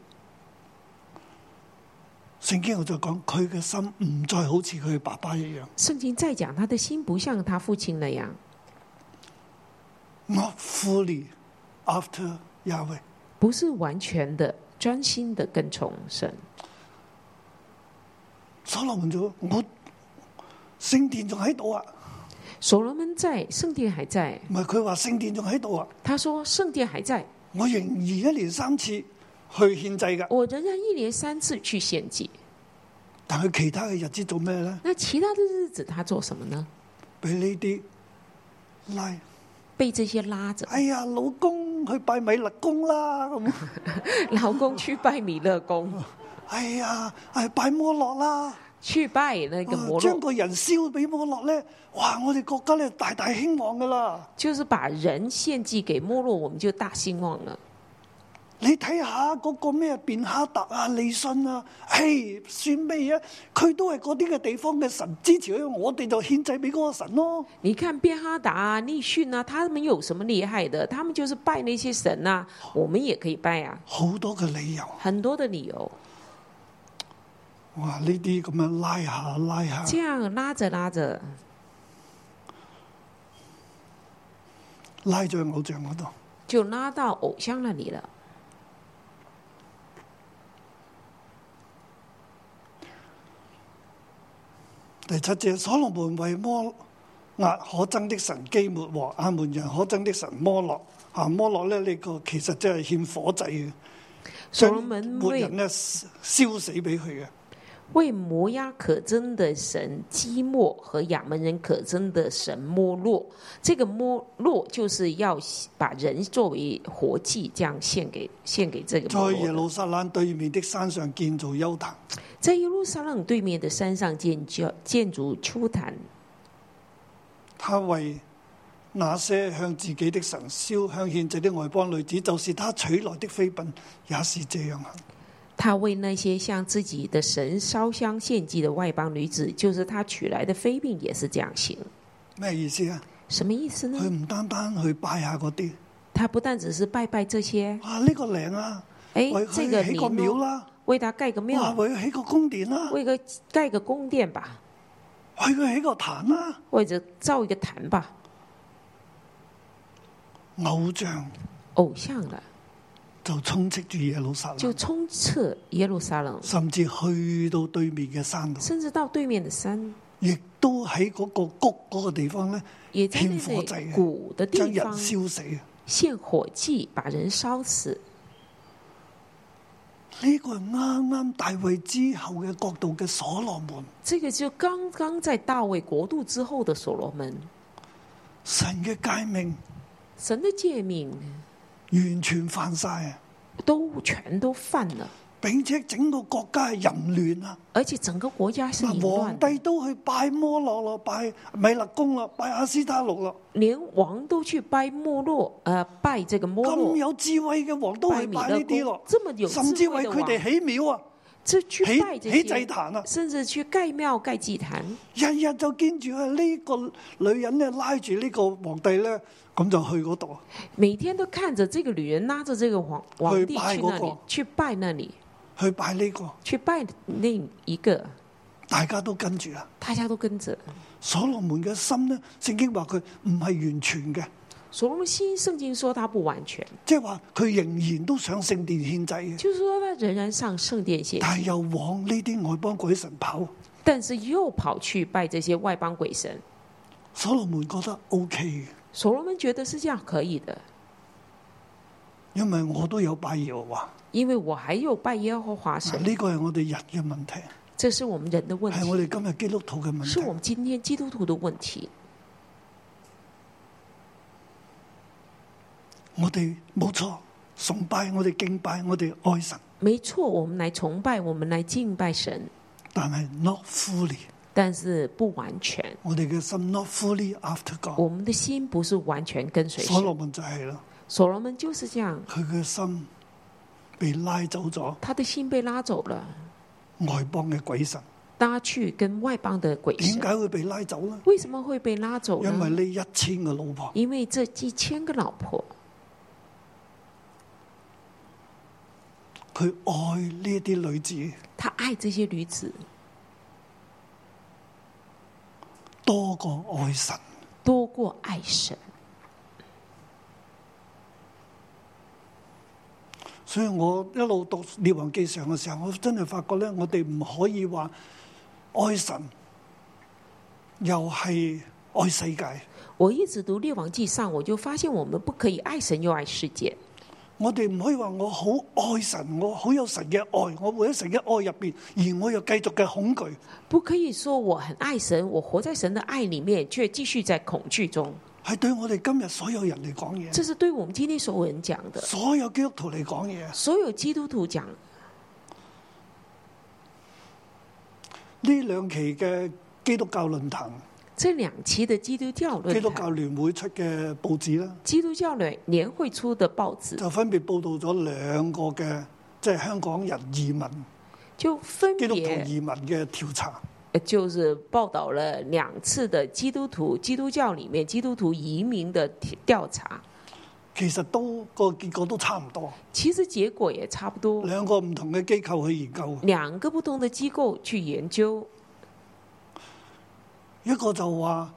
Speaker 2: 聖經我就講佢嘅心唔再好似佢爸爸一樣
Speaker 3: 圣经再讲，他的心不像他父亲那样，
Speaker 2: ，not fully after Yahweh。
Speaker 3: 不是完全的专心的跟从神。
Speaker 2: 所羅門就話我聖殿仲喺度啊，
Speaker 3: 所罗门在圣殿还在，
Speaker 2: 唔係佢話聖殿仲喺度啊，
Speaker 3: 他说圣殿还在，
Speaker 2: 我仍然一連三次去獻祭㗎。
Speaker 3: 我仍然一连三次去献祭。
Speaker 2: 但佢其他嘅日子做咩咧？
Speaker 3: 那其他的日子他做什么呢？
Speaker 2: 俾呢啲拉，
Speaker 3: 被这些 拉着，
Speaker 2: 哎呀，老公去拜米勒公啦，咁，
Speaker 3: 老公去拜米勒公，
Speaker 2: 哎呀，哎拜摩洛啦，
Speaker 3: 去拜那个摩
Speaker 2: 啊将
Speaker 3: 洛，
Speaker 2: 個人燒俾摩洛咧，哇！我哋國家咧大大興旺噶啦，
Speaker 3: 就是把人献祭给摩洛，我们就大兴旺了。
Speaker 2: 你睇下嗰個咩便哈達啊、利信啊，唉、算咩啊？佢都係嗰啲嘅地方嘅神支持佢，我哋就獻祭俾嗰個神咯。
Speaker 3: 你看便哈达、啊、利逊啊，他们有什么厉害的？他们就是拜那些神呐、啊，我们也可以拜啊，
Speaker 2: 好多嘅理由，
Speaker 3: 很多的理由。
Speaker 2: 哇！呢啲咁樣拉下拉下，
Speaker 3: 这样拉着拉着，
Speaker 2: 拉咗去偶像嗰度。
Speaker 3: 就拉到偶像那里了。
Speaker 2: 第七節，所羅門為摩押可憎的神基抹和亞捫人可憎的神摩洛。啊，摩洛咧呢、個其實即係獻火祭嘅，
Speaker 3: 所罗
Speaker 2: 將
Speaker 3: 门
Speaker 2: 末
Speaker 3: 为
Speaker 2: 人咧燒死俾佢嘅。
Speaker 3: 为摩押可憎的神基莫和亚门人可憎的神摩洛，这个摩洛就是要把人作为活祭，这样献给献给这个摩
Speaker 2: 在耶路
Speaker 3: 洛的。
Speaker 2: 撒冷對面的山上建造丘壇，
Speaker 3: 在耶路撒冷对面的山上建教建筑丘坛，
Speaker 2: 他為那些向自己的神燒香獻祭的外邦女子，就是他取來的妃嫔，也是啊這樣行。
Speaker 3: 他为那些向自己的神烧香献祭的外邦女子，就是他娶来的妃嫔，也是这样行。
Speaker 2: 咩意思啊？
Speaker 3: 什么意思
Speaker 2: 佢
Speaker 3: 呢？
Speaker 2: 唔單單去拜下嗰啲，
Speaker 3: 他不但只是拜拜这些，
Speaker 2: 哇！呢、個嶺啊，
Speaker 3: 哎
Speaker 2: 為，
Speaker 3: 这个
Speaker 2: 佢起
Speaker 3: 你
Speaker 2: 個廟
Speaker 3: 呢
Speaker 2: 啦，
Speaker 3: 为他盖个
Speaker 2: 哇！
Speaker 3: 庙，
Speaker 2: 為佢起個宮殿啦。
Speaker 3: 为个盖个宫殿吧，
Speaker 2: 去佢起個壇啦，
Speaker 3: 或者造一个坛吧，
Speaker 2: 偶像
Speaker 3: 偶像了，
Speaker 2: 就充斥住耶路撒
Speaker 3: 就
Speaker 2: 冷，
Speaker 3: 冲刺耶路撒冷，
Speaker 2: 甚至去到對面嘅山度，
Speaker 3: 甚至到對面的山，
Speaker 2: 亦都喺嗰個谷嗰個地方咧，
Speaker 3: 也在那
Speaker 2: 獻火祭
Speaker 3: 里
Speaker 2: 啊
Speaker 3: 谷的
Speaker 2: 將
Speaker 3: 地
Speaker 2: 人
Speaker 3: 方
Speaker 2: 燒死啊！
Speaker 3: 献火祭，把人烧死。
Speaker 2: 呢、個係啱啱大衛之後嘅國度嘅所羅門，
Speaker 3: 这个就剛剛在大衛國度之後的所羅門，
Speaker 2: 神嘅誡命
Speaker 3: 神的诫命
Speaker 2: 完全犯晒啊！
Speaker 3: 都全都犯了，
Speaker 2: 並且整個國家係淫亂啊！
Speaker 3: 而且整個國家是
Speaker 2: 嗱
Speaker 3: 淫
Speaker 2: 皇
Speaker 3: 亂
Speaker 2: 帝
Speaker 3: 的，
Speaker 2: 都去拜摩洛咯，拜米勒公咯，拜阿斯塔錄咯，
Speaker 3: 連王都去拜摩洛，呃，拜這個摩
Speaker 2: 咁
Speaker 3: 洛，
Speaker 2: 有智慧嘅王都
Speaker 3: 拜
Speaker 2: 去
Speaker 3: 米
Speaker 2: 拜
Speaker 3: 勒
Speaker 2: 呢啲
Speaker 3: 公
Speaker 2: 咯，，
Speaker 3: 這麼有智
Speaker 2: 甚至
Speaker 3: 慧
Speaker 2: 為
Speaker 3: 的
Speaker 2: 佢
Speaker 3: 王，
Speaker 2: 哋起廟啊，
Speaker 3: 這去
Speaker 2: 起
Speaker 3: 拜這
Speaker 2: 起祭
Speaker 3: 些，
Speaker 2: 壇 啊，
Speaker 3: 甚至去蓋廟、蓋祭壇。
Speaker 2: 日日就見住啊呢個女人咧拉住呢個皇帝咧，咁就去嗰度，啊
Speaker 3: 每天都看着这个女人拉着这个皇皇帝
Speaker 2: 拜
Speaker 3: 去
Speaker 2: 嗰
Speaker 3: 那里
Speaker 2: 個
Speaker 3: 去拜那里
Speaker 2: 去拜呢、個，
Speaker 3: 去拜那一个，
Speaker 2: 大家都跟住啦。
Speaker 3: 大家都跟着。
Speaker 2: 所羅門嘅心咧，聖經話佢唔係完全嘅，
Speaker 3: 所罗门心圣经说他不完全，
Speaker 2: 即係話佢仍然都上聖殿獻祭嘅，
Speaker 3: 就是说他仍然上圣殿写，
Speaker 2: 但係又往呢啲外邦鬼神跑。
Speaker 3: 但是又跑去拜这些外邦鬼神。
Speaker 2: 所羅門覺得 O K 嘅。
Speaker 3: 所罗门觉得是这样可以的，
Speaker 2: 因為我都有拜耶和華，
Speaker 3: 因为我还有拜耶和华神，
Speaker 2: 呢個係我哋人嘅問題，
Speaker 3: 这是我们人的问
Speaker 2: 係啊哎我
Speaker 3: 题，
Speaker 2: 哋今日基督徒嘅問
Speaker 3: 是我
Speaker 2: 題。
Speaker 3: 们今天基督徒的问题。
Speaker 2: 我哋冇錯，崇拜我哋敬拜我哋愛神，
Speaker 3: 没错，我们来崇拜，我们来敬拜神，
Speaker 2: 但係 not fully，
Speaker 3: 但是不完全，
Speaker 2: 我哋嘅心 not fully after God。
Speaker 3: 我们的心不是完全跟随
Speaker 2: 所
Speaker 3: 神。
Speaker 2: 羅門就係啦，
Speaker 3: 所罗门就是这样，
Speaker 2: 佢嘅心被拉走咗
Speaker 3: 他的心被拉走了，
Speaker 2: 外邦嘅鬼神，
Speaker 3: 拉去跟外邦的鬼
Speaker 2: 點
Speaker 3: 神。
Speaker 2: 解會被拉走呢？
Speaker 3: 为什么会被拉走
Speaker 2: 因為
Speaker 3: 呢？
Speaker 2: 呢一千個老婆，
Speaker 3: 因为这一千个老婆，
Speaker 2: 佢愛呢啲女子
Speaker 3: 他爱这些女子
Speaker 2: 多過愛神，
Speaker 3: 多过爱神，
Speaker 2: 所以我一路讀《列王記上》嘅時候，我真係發覺咧，我哋唔可以話愛神，又係愛世界。
Speaker 3: 我一直读《列王纪上》，我就发现我们不可以爱神又爱世界。
Speaker 2: 我哋唔可以話我好愛神，我好有神嘅愛，我活喺神嘅愛入邊，而我又繼續嘅恐懼。
Speaker 3: 不可以说我很爱神，我活在神的爱里面，却继续在恐惧中。
Speaker 2: 係對我哋今日所有人嚟講嘢，
Speaker 3: 这是对我们今天所有人讲的，
Speaker 2: 所有基督徒嚟講嘢。
Speaker 3: 所有基督徒讲。
Speaker 2: 呢兩期嘅基督教論壇、
Speaker 3: 这兩期的基督教
Speaker 2: 基
Speaker 3: 论
Speaker 2: 督教
Speaker 3: 坛、
Speaker 2: 聯會出嘅報紙啦，
Speaker 3: 基督教聯年会出的报纸，
Speaker 2: 就分別報導咗兩個嘅即係香港人移民、
Speaker 3: 就分
Speaker 2: 基督徒
Speaker 3: 别
Speaker 2: 移民嘅調查。
Speaker 3: 呃就是报道了两次的基督徒基督教里面基督徒移民的调调查，
Speaker 2: 其實都個結果都差唔多，
Speaker 3: 其实结果也差不多。
Speaker 2: 兩個唔同嘅機構去研究，
Speaker 3: 两个不同的机构去研究，
Speaker 2: 一個就話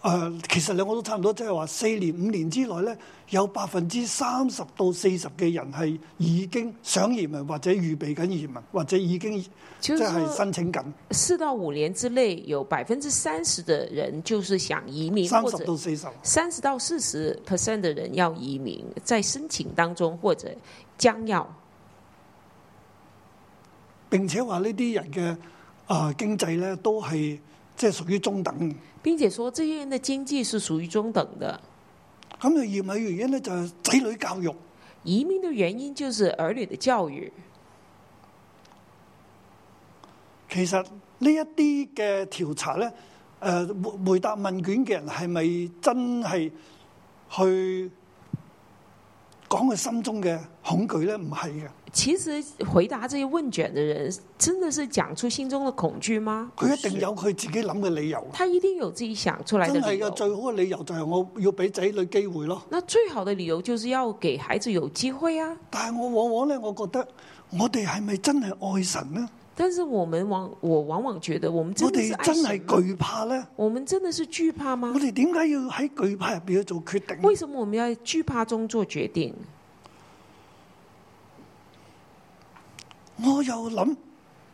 Speaker 2: 誒、呃其實兩個都差唔多，即係話四年五年之內咧，有百分之三十到四十嘅人係已經想移民或者預備緊移民，或者已經即
Speaker 3: 就是
Speaker 2: 係
Speaker 3: 说
Speaker 2: 申請緊，
Speaker 3: 四到五年之内有百分之三十的人就是想移民，
Speaker 2: 三
Speaker 3: 或
Speaker 2: 十
Speaker 3: 者
Speaker 2: 到四十。
Speaker 3: 三十到四十 percent 的人要移民，在申请当中或者将要，
Speaker 2: 並且話呢啲人嘅啊、呃、經濟咧都係即係屬於中等。
Speaker 3: 并且说这些人的经济是属于中等的。
Speaker 2: 咁佢移民嘅原因咧就係、仔女教育，
Speaker 3: 移民的原因就是儿女的教育，
Speaker 2: 其實呢一啲嘅調查咧，誒、回回答問卷嘅人係咪真係去講佢心中嘅恐懼咧？唔係嘅，
Speaker 3: 其实回答这些问卷的人，真的是讲出心中的恐惧吗？
Speaker 2: 佢一定有佢自己諗嘅理由。
Speaker 3: 他一定有自己想出来
Speaker 2: 真
Speaker 3: 的
Speaker 2: 係
Speaker 3: 理
Speaker 2: 嘅，
Speaker 3: 由。
Speaker 2: 最好嘅理由就係我要俾仔女機會咯。
Speaker 3: 那最好的理由就是要给孩子有机会啊！
Speaker 2: 但係我往往咧，我覺得我哋係咪真係愛神呢？
Speaker 3: 但是我们往我往往觉得我们真
Speaker 2: 我
Speaker 3: 的是
Speaker 2: 哋
Speaker 3: 爱
Speaker 2: 真
Speaker 3: 神
Speaker 2: 係
Speaker 3: 吗
Speaker 2: 懼怕呢？
Speaker 3: 我们真的是惧怕吗
Speaker 2: 我？哋點解要喺懼怕入邊去做決定呢？
Speaker 3: 为什么我们要在惧怕中做决定？
Speaker 2: 我又諗，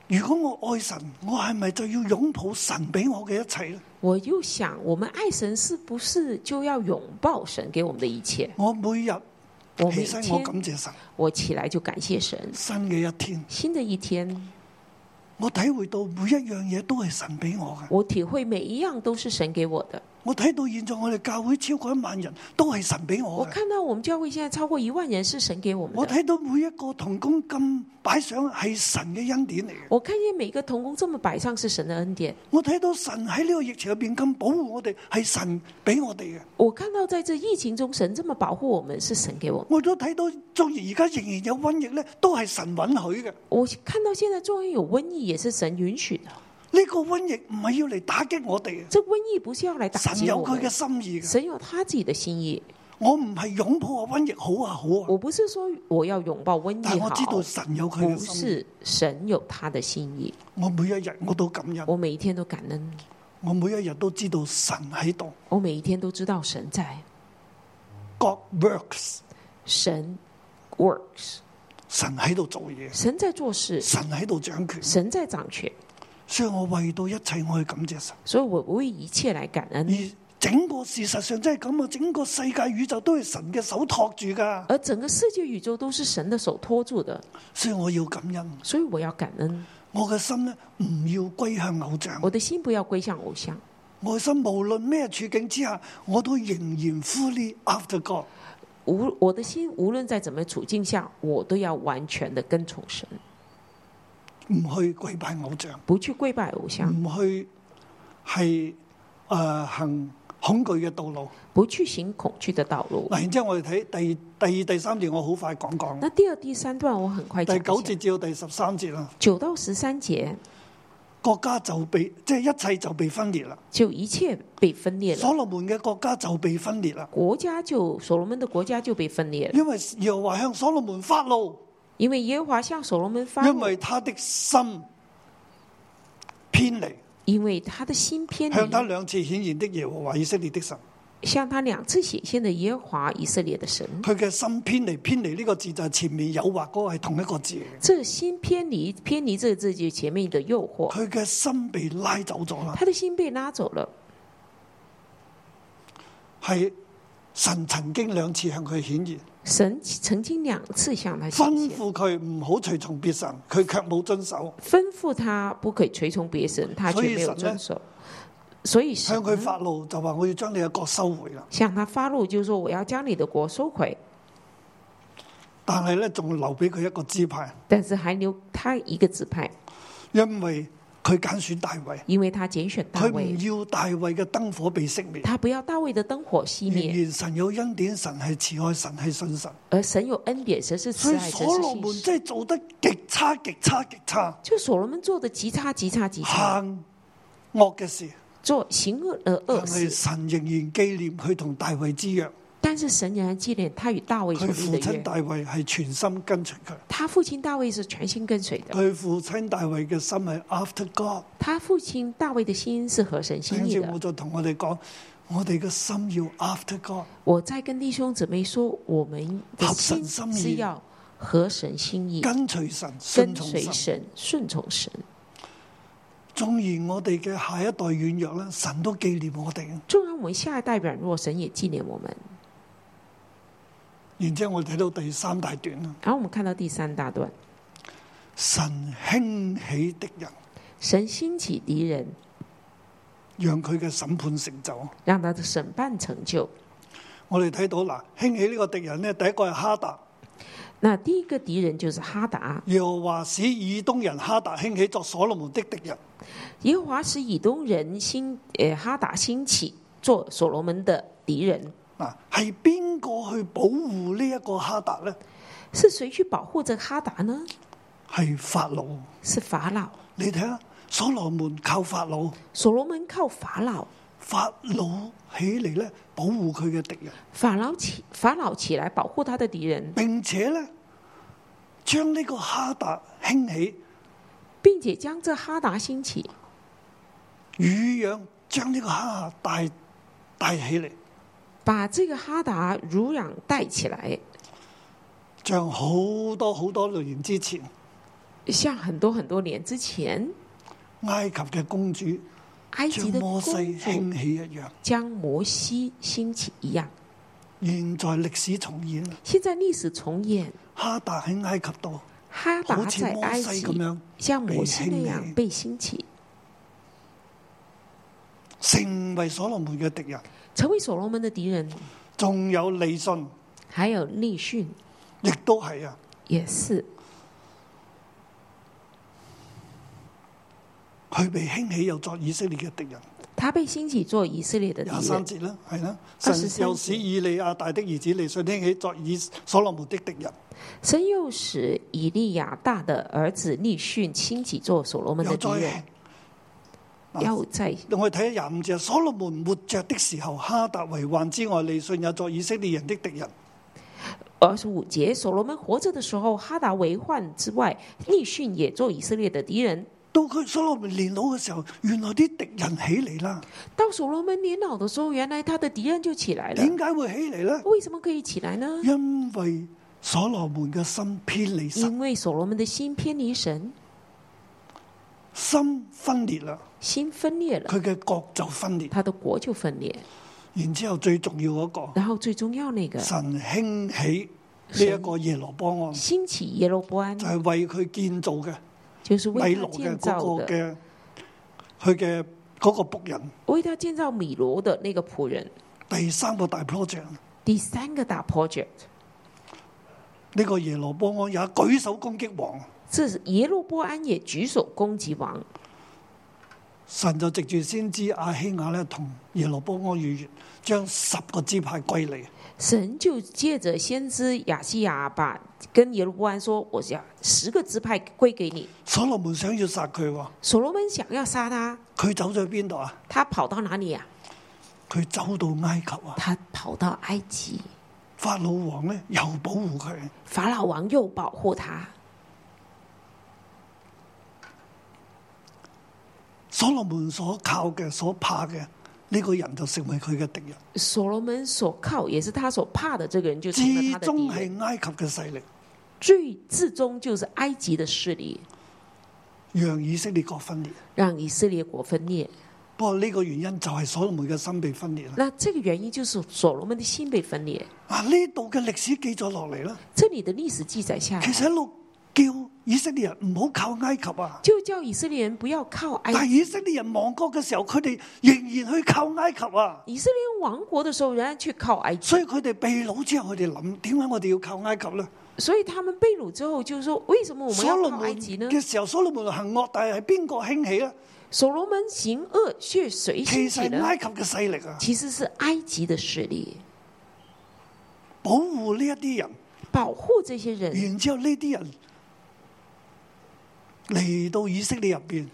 Speaker 2: 如果我愛神，我係咪就要擁抱神俾我嘅一切咧？
Speaker 3: 我又想，我们爱神是不是就要拥抱神给我们的一切？
Speaker 2: 我每日
Speaker 3: 我每
Speaker 2: 起身，我
Speaker 3: 天
Speaker 2: 感謝神，
Speaker 3: 我起来就感谢神，
Speaker 2: 新嘅一天，
Speaker 3: 新的一天，
Speaker 2: 我體會到每一樣嘢都係神俾我嘅。
Speaker 3: 我体会每一样都是神给我的。
Speaker 2: 我睇到現在我哋教會超過一萬人都係神俾
Speaker 3: 我
Speaker 2: 我嘅。
Speaker 3: 看到我们教会现在超过一万人是神给我们
Speaker 2: 哦我
Speaker 3: 的。
Speaker 2: 睇到每一個童工咁擺上係神嘅恩典嚟嘅。
Speaker 3: 我看见每个童工这么摆上是神的恩典，
Speaker 2: 我睇到神喺呢個疫情入边咁保護我哋，係神俾我哋嘅。
Speaker 3: 我看到在这疫情中神这么保护我们是神给我们。
Speaker 2: 我都睇到，縱然而家仍然有瘟疫咧，都係神允許嘅。呢、
Speaker 3: 我看到现在终于有瘟疫也是神允许的，
Speaker 2: 個瘟疫唔係要嚟打擊我哋
Speaker 3: 这瘟疫不是要来打
Speaker 2: 嘅，神
Speaker 3: 击
Speaker 2: 有
Speaker 3: 我
Speaker 2: 佢
Speaker 3: 们
Speaker 2: 嘅，心意嘅。
Speaker 3: 神有他自己的心意。
Speaker 2: 我唔係擁抱啊瘟疫好啊好啊，
Speaker 3: 我不是说我要拥抱瘟
Speaker 2: 但
Speaker 3: 疫
Speaker 2: 我
Speaker 3: 好，
Speaker 2: 知道神有佢
Speaker 3: 不
Speaker 2: 嘅心意。
Speaker 3: 是神有他的心意。
Speaker 2: 我每一日我都感恩，
Speaker 3: 我每一天都感恩，
Speaker 2: 我每一日都知道神喺度。
Speaker 3: 我每一天都知道神在，
Speaker 2: God works，
Speaker 3: 神 works，
Speaker 2: 神喺度做嘢，
Speaker 3: 神在做事，
Speaker 2: 神喺度掌權。
Speaker 3: 神在掌权，
Speaker 2: 所以我為到一切，我去感謝神。
Speaker 3: 所以我为一切来感恩
Speaker 2: 而。整個事實上真係咁啊！整個世界宇宙都係神嘅手托住噶，
Speaker 3: 而整个世界宇宙都是神的手托住的，
Speaker 2: 所以我要感恩。
Speaker 3: 所以我要感恩。
Speaker 2: 我嘅心呢，唔要歸向偶像，
Speaker 3: 我的心不要归向偶像，
Speaker 2: 我嘅心無論咩處境之下，我都仍然 fully after God。
Speaker 3: 无我的心无论在怎么处境下，我都要完全的跟从神，
Speaker 2: 唔去跪拜偶像，
Speaker 3: 不去跪拜偶像，
Speaker 2: 唔去係诶、呃行恐懼嘅道路。
Speaker 3: 不去行恐惧的道路。
Speaker 2: 嗱，然之後我哋睇第第二、第三節，我好快講講。
Speaker 3: 那第二、第三段我很快
Speaker 2: 第
Speaker 3: 讲
Speaker 2: 九
Speaker 3: 一下
Speaker 2: 節至到第十三節啦，
Speaker 3: 九到十三节，
Speaker 2: 國家就被即係一切就被分裂啦。
Speaker 3: 就一切被分裂
Speaker 2: 所
Speaker 3: 了，
Speaker 2: 羅門嘅國家就被分裂啦，
Speaker 3: 国家就所罗门的国家就被分裂了，
Speaker 2: 因為耶和華向所羅門發怒，
Speaker 3: 因为耶和华向所罗门发
Speaker 2: 因
Speaker 3: 怒，
Speaker 2: 為他的心偏離。
Speaker 3: 因为他的心偏
Speaker 2: 向他
Speaker 3: 离，
Speaker 2: 兩次顯現的耶和華以色列的神，
Speaker 3: 向他两次显现的耶和华以色列的神。
Speaker 2: 佢嘅心偏離偏離呢個字就係前面誘惑嗰個係同一個字嚟嘅，
Speaker 3: 这心偏离偏离这个字就是前面的诱惑，
Speaker 2: 佢嘅心被拉走咗啦，
Speaker 3: 他的心被拉走了。
Speaker 2: 係神曾經兩次向佢顯現，
Speaker 3: 神曾经两次向他显
Speaker 2: 吩
Speaker 3: 现，
Speaker 2: 咐佢唔好隨從別神，佢卻冇遵守，
Speaker 3: 吩咐他不可以随从别神，他却没有遵守。所以神
Speaker 2: 向佢發怒就話我要將你嘅國收回啦，
Speaker 3: 向他发怒，就是说我要将你的国收回，
Speaker 2: 但係咧仲留俾佢一個支派，
Speaker 3: 但是还留他一个支派，
Speaker 2: 因為佢揀選大衛，
Speaker 3: 因为他拣选大
Speaker 2: 佢
Speaker 3: 卫，
Speaker 2: 唔要大衛嘅燈火被熄滅，
Speaker 3: 他不要大卫的灯火熄
Speaker 2: 仍
Speaker 3: 灭，
Speaker 2: 然神有恩典，神係慈愛，神係信神。
Speaker 3: 而神有恩典，神是
Speaker 2: 所
Speaker 3: 慈
Speaker 2: 以
Speaker 3: 爱，神
Speaker 2: 所
Speaker 3: 是
Speaker 2: 羅
Speaker 3: 信
Speaker 2: 門
Speaker 3: 实。
Speaker 2: 真係做得極差、極差、極差，
Speaker 3: 就所罗门做的极差、极差、极差，
Speaker 2: 行惡嘅事，
Speaker 3: 做行恶而恶
Speaker 2: 但係
Speaker 3: 事，
Speaker 2: 神仍然紀念佢同大衛之約，
Speaker 3: 但是神仍然纪念他与大卫所
Speaker 2: 佢父
Speaker 3: 立的
Speaker 2: 親
Speaker 3: 约。
Speaker 2: 大衛係全心跟隨佢，
Speaker 3: 他父亲大卫是全心跟随的，
Speaker 2: 佢父親大衛嘅心係 after God。
Speaker 3: 他父亲大卫的心是合神
Speaker 2: 跟
Speaker 3: 心意
Speaker 2: 住我
Speaker 3: 的。
Speaker 2: 就同我哋講，我哋嘅心要 after God，
Speaker 3: 我再跟弟兄姊妹说，我们的
Speaker 2: 合神心
Speaker 3: 心
Speaker 2: 意
Speaker 3: 是要合神心意，
Speaker 2: 跟隨神，順
Speaker 3: 跟
Speaker 2: 從
Speaker 3: 随
Speaker 2: 神。
Speaker 3: 神，顺从神。
Speaker 2: 縱然我哋嘅下一代軟弱咧，神都紀念我哋。
Speaker 3: 纵然我们下一代软弱，神也纪念我们。
Speaker 2: 然之後我睇到第三大段啦，
Speaker 3: 然后我们看到第三大段，
Speaker 2: 神興起的人，
Speaker 3: 神兴起敌人，
Speaker 2: 讓佢嘅審判成就。
Speaker 3: 让他的审判成就。
Speaker 2: 我哋睇到嗱，興起呢個敵人呢，第一個係哈達，
Speaker 3: 那第一个敌人就是哈达，
Speaker 2: 耶和華使以東人哈達興起作所羅門的敵人。
Speaker 3: 耶和华使以东人兴，呃，哈达兴起做所罗门的敌人。
Speaker 2: 嗱，啊係邊個去保護呢一個哈達呢？
Speaker 3: 是谁去保护这个哈达呢？
Speaker 2: 係法老。
Speaker 3: 是法老。
Speaker 2: 你睇下，所羅門靠法老，
Speaker 3: 所罗门靠法老，
Speaker 2: 法老起嚟咧保護佢嘅敵人，
Speaker 3: 法老起法老起来保护他的敌人，
Speaker 2: 並且咧將呢個哈達興起，
Speaker 3: 并且将这哈达兴起，
Speaker 2: 乳養將呢個哈達帶帶起嚟，
Speaker 3: 把这个哈达乳养带起来，
Speaker 2: 像好多好多年之前
Speaker 3: 像很多很多年之前，
Speaker 2: 埃及嘅公主
Speaker 3: 埃
Speaker 2: 像
Speaker 3: 及的
Speaker 2: 摩
Speaker 3: 公
Speaker 2: 西
Speaker 3: 主
Speaker 2: 興起一樣。
Speaker 3: 将摩西兴起一样。
Speaker 2: 現在歷史重演，
Speaker 3: 现在历史重演，
Speaker 2: 哈達喺埃及度，
Speaker 3: 哈达
Speaker 2: 好似
Speaker 3: 在
Speaker 2: 摩
Speaker 3: 埃
Speaker 2: 西咁
Speaker 3: 及
Speaker 2: 樣
Speaker 3: 像摩西那
Speaker 2: 被兴起
Speaker 3: 样被兴起，
Speaker 2: 成為所羅門嘅敵人。
Speaker 3: 成为所罗门的敌人。
Speaker 2: 仲有利信，
Speaker 3: 还有利逊
Speaker 2: 亦都係啊。
Speaker 3: 也是，
Speaker 2: 佢被興起又作以色列嘅敵人，
Speaker 3: 他被兴起做以色列的
Speaker 2: 廿
Speaker 3: 敌
Speaker 2: 三
Speaker 3: 人。
Speaker 2: 節啦，係啦。
Speaker 3: 23
Speaker 2: 神又使以利亞大的兒子利信興起作以所羅門的敵人，
Speaker 3: 神又使以利亚大的儿子利逊兴起做所罗门的
Speaker 2: 又
Speaker 3: 敌人
Speaker 2: 再。
Speaker 3: 要在啊
Speaker 2: 我哋睇下廿五節，啊所羅門活着的時候，哈達為患之外，利信也作以色列人的敵人。
Speaker 3: 二十呃五节，所罗门活着的时候，哈达为患之外，利逊也做以色列的敌人。
Speaker 2: 到佢所羅門年老嘅時候，原來啲敵人起嚟啦。
Speaker 3: 到所罗门年老的时候，原来他的敌人就起来
Speaker 2: 點
Speaker 3: 了。
Speaker 2: 解會起嚟呢？
Speaker 3: 为什么可以起来呢？
Speaker 2: 因為所羅門嘅心偏離神，
Speaker 3: 因为所罗门的心偏离神，
Speaker 2: 心分裂啦，
Speaker 3: 心分裂了，
Speaker 2: 佢嘅國就分裂。
Speaker 3: 他的国就分裂。
Speaker 2: 然之後最重要嗰、個
Speaker 3: 然后最重要那个
Speaker 2: 神興起呢一個耶羅波安，
Speaker 3: 兴起耶罗波安
Speaker 2: 就，係、為佢建造嘅
Speaker 3: 就是
Speaker 2: 米
Speaker 3: 为他
Speaker 2: 羅嘅
Speaker 3: 建造
Speaker 2: 嗰個
Speaker 3: 的，
Speaker 2: 嘅佢嘅嗰個仆人。
Speaker 3: 为他建造米罗的那个仆人。
Speaker 2: 第三個大 project，
Speaker 3: 第三个大 project，
Speaker 2: 呢個耶羅波安也舉手攻擊王，
Speaker 3: 这是耶罗波安也举手攻击王。
Speaker 2: 神就藉住先知阿希亞咧同耶羅波安預言，將十個支派歸嚟。
Speaker 3: 神就借着先知亚西亚把跟耶罗波安说：“我要十个支派归给你。
Speaker 2: 所羅門想要殺佢喎，”
Speaker 3: 所罗门想要杀他，
Speaker 2: 佢走咗去邊度啊？
Speaker 3: 他跑到哪里啊？
Speaker 2: 佢走到埃及啊，
Speaker 3: 他跑到埃及，
Speaker 2: 法老王咧又保護佢。
Speaker 3: 法老王又保护他。
Speaker 2: 所羅門所靠嘅、所怕嘅呢、個人就成為佢嘅敵人，
Speaker 3: 所罗门所靠也是他所怕的这个人，就
Speaker 2: 至
Speaker 3: 成了他的敌
Speaker 2: 終
Speaker 3: 人。
Speaker 2: 係埃及嘅勢力，
Speaker 3: 最至终就是埃及的势力，
Speaker 2: 讓以色列國分裂。
Speaker 3: 让以色列国分裂。
Speaker 2: 不過呢個原因就係所羅門嘅心被分裂啦。
Speaker 3: 那这个原因就是所罗门的心被分裂。
Speaker 2: 啊，呢度嘅歷史記咗落嚟啦，
Speaker 3: 这里的历史记载下
Speaker 2: 其
Speaker 3: 来，
Speaker 2: 實一路叫以色列人唔好靠埃及啊。
Speaker 3: 就叫以色列人不要靠埃
Speaker 2: 但
Speaker 3: 及
Speaker 2: 係。以色列人亡國嘅時候，佢哋仍然去靠埃及啊。
Speaker 3: 以色列亡国的时候，仍然去靠埃及，
Speaker 2: 所以佢哋被掳之後，佢哋諗點解我哋要靠埃及呢？
Speaker 3: 所以他们被掳之后，就是说，为什么我们
Speaker 2: 所
Speaker 3: 要
Speaker 2: 羅
Speaker 3: 靠埃
Speaker 2: 門
Speaker 3: 及呢？
Speaker 2: 嘅時候，所羅門行惡，但係係邊個興起呢？
Speaker 3: 所羅门行恶，却谁兴
Speaker 2: 其
Speaker 3: 起
Speaker 2: 實係埃
Speaker 3: 呢？
Speaker 2: 及嘅勢力啊，
Speaker 3: 其实是埃及的势力
Speaker 2: 保護呢一啲人。
Speaker 3: 保护这些人，
Speaker 2: 然之後呢啲人嚟到以色列入邊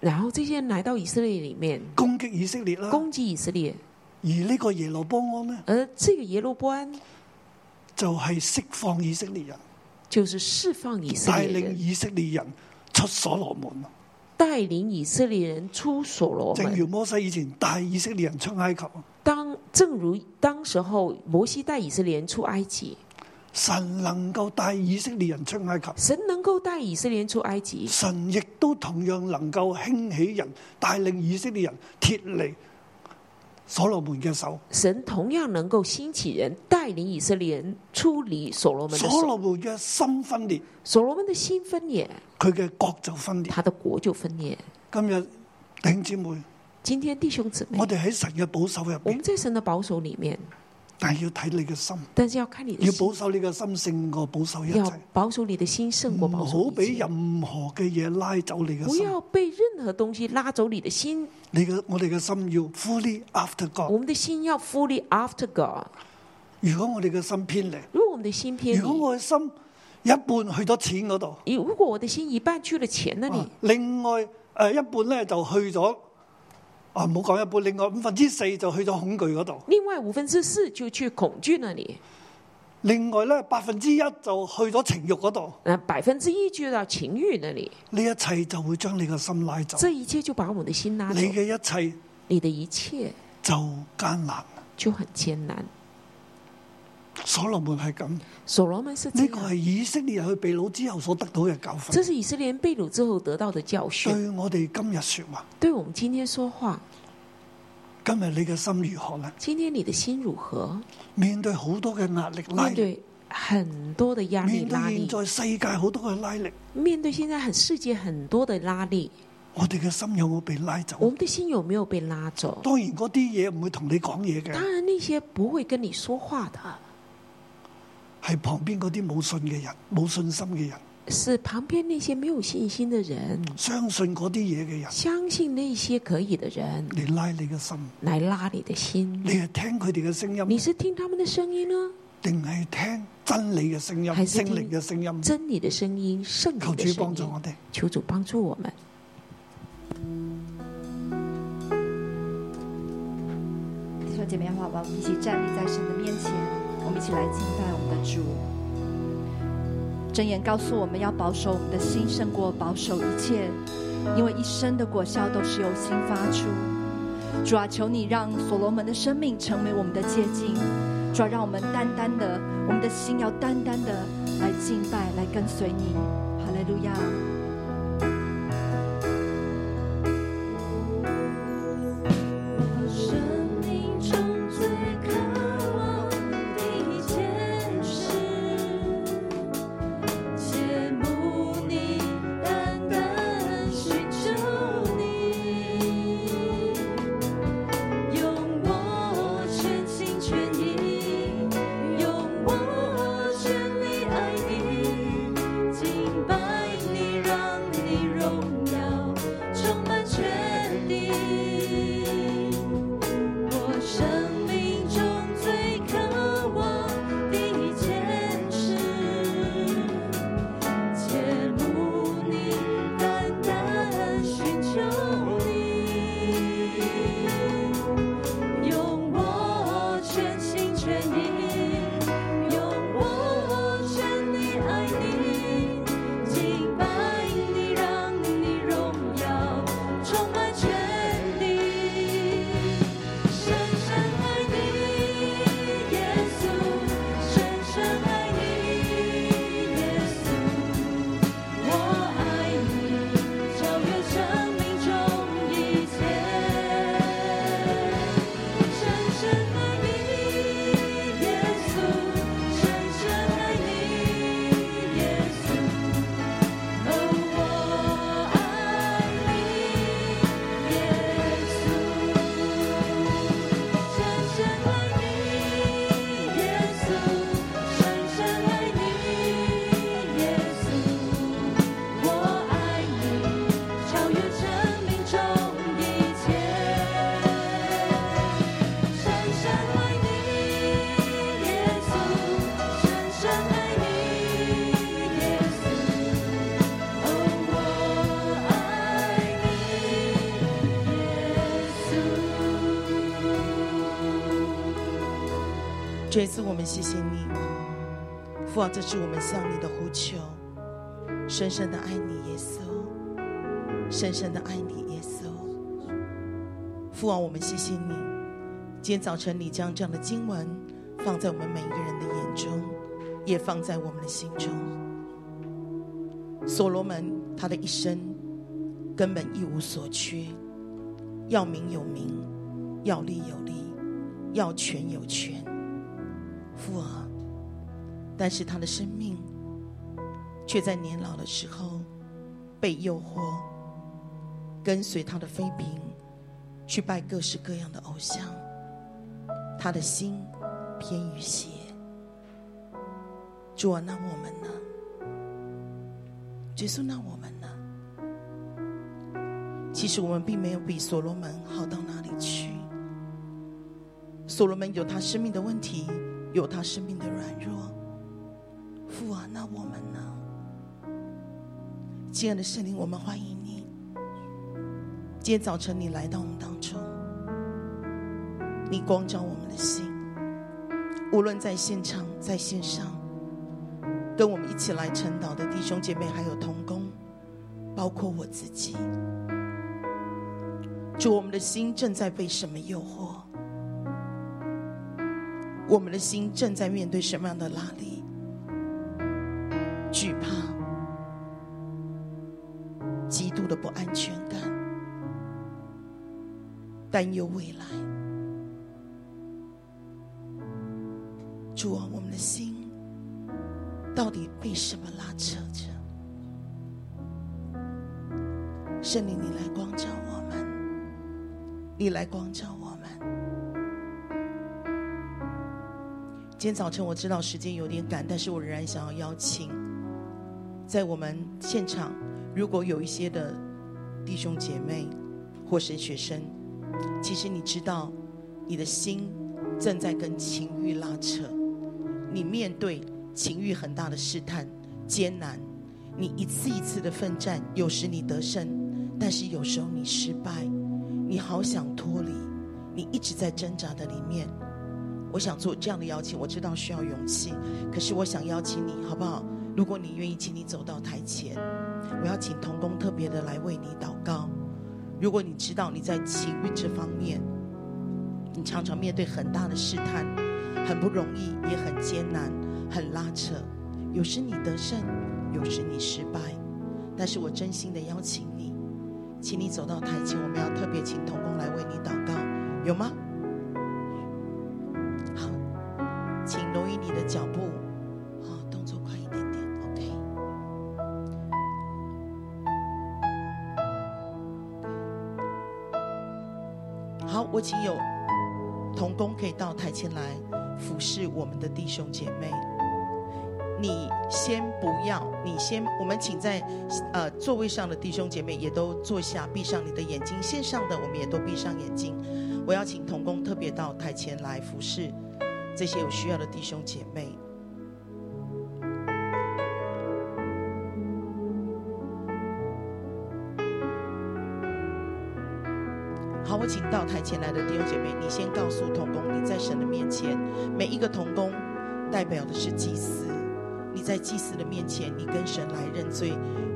Speaker 3: 然后这些人来到以色列里面
Speaker 2: 攻擊以色列啦。
Speaker 3: 攻击以色列，
Speaker 2: 而呢個耶路波安呢，
Speaker 3: 而这个耶罗波安
Speaker 2: 就係、釋放以色列人，
Speaker 3: 就是释放以色
Speaker 2: 帶
Speaker 3: 列
Speaker 2: 領
Speaker 3: 人，
Speaker 2: 以色列人出所羅門。
Speaker 3: 带领以色列人出所罗
Speaker 2: 正如
Speaker 3: 门。
Speaker 2: 摩西以前帶以色列人出埃及，
Speaker 3: 当正如当时候摩西带以色列人出埃及，
Speaker 2: 神能夠帶以色列人出埃及，
Speaker 3: 神能够带以色列人出埃及，
Speaker 2: 神亦都同樣能夠興起人，帶領以色列人脱離所羅門嘅手。
Speaker 3: 神同样能够兴起人，带领以色列人出离所罗门的
Speaker 2: 所
Speaker 3: 手。
Speaker 2: 羅門嘅心分裂，
Speaker 3: 所罗门的心分裂，
Speaker 2: 佢嘅國就分裂。
Speaker 3: 他的国就分裂。
Speaker 2: 今日弟兄姊妹，
Speaker 3: 今天弟兄姊妹
Speaker 2: 我，哋喺神嘅保守入
Speaker 3: 我
Speaker 2: 边
Speaker 3: 们，在神的保守里面，
Speaker 2: 但系要睇你嘅心，
Speaker 3: 但是要看你的
Speaker 2: 要
Speaker 3: 心，
Speaker 2: 保守你嘅心勝過保守一
Speaker 3: 要
Speaker 2: 切，
Speaker 3: 保守你的心胜过
Speaker 2: 唔
Speaker 3: 保
Speaker 2: 好
Speaker 3: 守一
Speaker 2: 俾
Speaker 3: 切。
Speaker 2: 任何嘅嘢拉走你嘅
Speaker 3: 不
Speaker 2: 心。
Speaker 3: 要被任何东西拉走你的心，
Speaker 2: 你嘅我哋嘅心要 fully after
Speaker 3: 我
Speaker 2: God。
Speaker 3: 们的心要 fully after God。
Speaker 2: 如果我哋嘅心偏離，
Speaker 3: 如果我们的心偏
Speaker 2: 如
Speaker 3: 离，
Speaker 2: 果我嘅心一半去咗錢嗰度，
Speaker 3: 如果我的心一半去了钱那里
Speaker 2: 啊，另外诶、呃一半咧就去咗啊，唔好講一半，另外五分之四就去咗恐懼嗰度，
Speaker 3: 另外五分之四就去恐惧那里，
Speaker 2: 另外咧百分之一就去咗情欲嗰度，
Speaker 3: 那百分之一就到情欲那里。
Speaker 2: 呢一切就會將你嘅心拉走。
Speaker 3: 这一切就把我们的心拉走
Speaker 2: 你，嘅一切
Speaker 3: 你的一切
Speaker 2: 就艱難。
Speaker 3: 就很艰难。
Speaker 2: 所羅門係咁，呢
Speaker 3: 所罗门是这
Speaker 2: 個
Speaker 3: 样，
Speaker 2: 係以色列去被擄之後所得到嘅教訓，
Speaker 3: 这是以色列人被掳之后得到的教训，
Speaker 2: 對我哋今日说話。
Speaker 3: 对我们今天说话。
Speaker 2: 今日你嘅心如何呢？
Speaker 3: 今天你的心如何？
Speaker 2: 面對好多嘅壓力拉
Speaker 3: 面
Speaker 2: 力，
Speaker 3: 对很多的压力
Speaker 2: 面
Speaker 3: 拉
Speaker 2: 對現
Speaker 3: 力，
Speaker 2: 在世界好多嘅拉力，
Speaker 3: 面对现在很世界很多的拉力，
Speaker 2: 我哋嘅心有冇被拉
Speaker 3: 我
Speaker 2: 走？
Speaker 3: 们的心有没有被拉走？
Speaker 2: 當然嗰啲嘢唔會同你講嘢嘅，
Speaker 3: 当然，那些不会跟你说话的，
Speaker 2: 係旁邊嗰啲冇信嘅人、冇信心嘅人、
Speaker 3: 是旁边那些没有信心的人，
Speaker 2: 相信嗰啲嘢嘅人
Speaker 3: 相信那些可以的人
Speaker 2: 嚟拉你嘅心。
Speaker 3: 来拉你的心
Speaker 2: 你。係聽佢哋嘅聲
Speaker 3: 你
Speaker 2: 音，
Speaker 3: 是听他们的声音呢，
Speaker 2: 定係聽真理嘅聲音、
Speaker 3: 還是
Speaker 2: 聖
Speaker 3: 聽
Speaker 2: 靈嘅聲音？
Speaker 3: 真理的声音，圣
Speaker 2: 求
Speaker 3: 灵的
Speaker 2: 主幫
Speaker 3: 声
Speaker 2: 助我
Speaker 3: 音？
Speaker 2: 哋。
Speaker 3: 求主帮助我们。
Speaker 4: 弟兄姐妹好吧，我们一起站立在神的面前，我们一起来敬拜我们的主。箴言告诉我们要保守我们的心，胜过保守一切，因为一生的果效都是由心发出。主啊，求你让所罗门的生命成为我们的借鉴。主啊，让我们单单的，我们的心要单单的来敬拜，来跟随你。哈利路亚。
Speaker 5: 生命中最渴望的一件事，羡慕你，单单寻求你，用我全心全意，用我全力爱你，敬拜你，让你荣耀充满全地。我生命中最渴望的一件事，切慕你，单单寻求你，用我全心全意，用我全力爱你，敬拜你，让你荣耀充满全地。深深爱你，耶稣，深深爱你，耶稣，我爱你，超越生命中一切。深深爱你，耶稣，深深爱你，耶稣，哦，我爱你，耶稣。深深爱你，耶稣，深深爱你，耶稣，我爱你，超越生命中一切。深深爱你，耶稣，深深爱你，耶稣，哦，我爱你，耶稣。
Speaker 6: 这次我们谢谢你，父啊，这是我们向你的呼求，深深的爱你，耶稣，深深的爱你，耶稣。父啊，我们谢谢你，今天早晨你将这样的经文放在我们每一个人的眼中，也放在我们的心中。所罗门他的一生根本一无所缺，要名有名，要利有利，要权有权。父啊，但是他的生命却在年老的时候被诱惑，跟随他的妃嫔去拜各式各样的偶像，他的心偏于邪。主啊，那我们呢？耶稣，那我们呢？其实我们并没有比所罗门好到哪里去。所罗门有他生命的问题，有他生命的软弱。父啊，那我们呢？亲爱的圣灵，我们欢迎你。今天早晨你来到我们当中，你光照我们的心，无论在现场在线上，跟我们一起来晨祷的弟兄姐妹还有同工，包括我自己。主，我们的心正在被什么诱惑？我们的心正在面对什么样的拉力、惧怕、极度的不安全感、担忧未来。主啊，我们的心到底被什么拉扯着？圣灵，你来光照我们，你来光照我们。今天早晨我知道时间有点赶，但是我仍然想要邀请，在我们现场，如果有一些的弟兄姐妹或神学生，其实你知道，你的心正在跟情欲拉扯，你面对情欲很大的试探、艰难，你一次一次的奋战，有时你得胜，但是有时候你失败，你好想脱离，你一直在挣扎的里面。我想做这样的邀请，我知道需要勇气，可是我想邀请你，好不好？如果你愿意，请你走到台前，我要请童工特别的来为你祷告。如果你知道你在情欲这方面，你常常面对很大的试探，很不容易，也很艰难，很拉扯，有时你得胜，有时你失败，但是我真心的邀请你，请你走到台前，我们要特别请童工来为你祷告，有吗？好，请挪移你的脚步，好，动作快一点点，OK。好，我请有童工可以到台前来服侍我们的弟兄姐妹。你先不要，你先，我们请在呃座位上的弟兄姐妹也都坐下，闭上你的眼睛。线上的我们也都闭上眼睛。我要请童工特别到台前来服侍这些有需要的弟兄姐妹。好，我请到台前来的弟兄姐妹，你先告诉童工，你在神的面前，每一个童工代表的是祭司。你在祭司的面前，你跟神来认罪。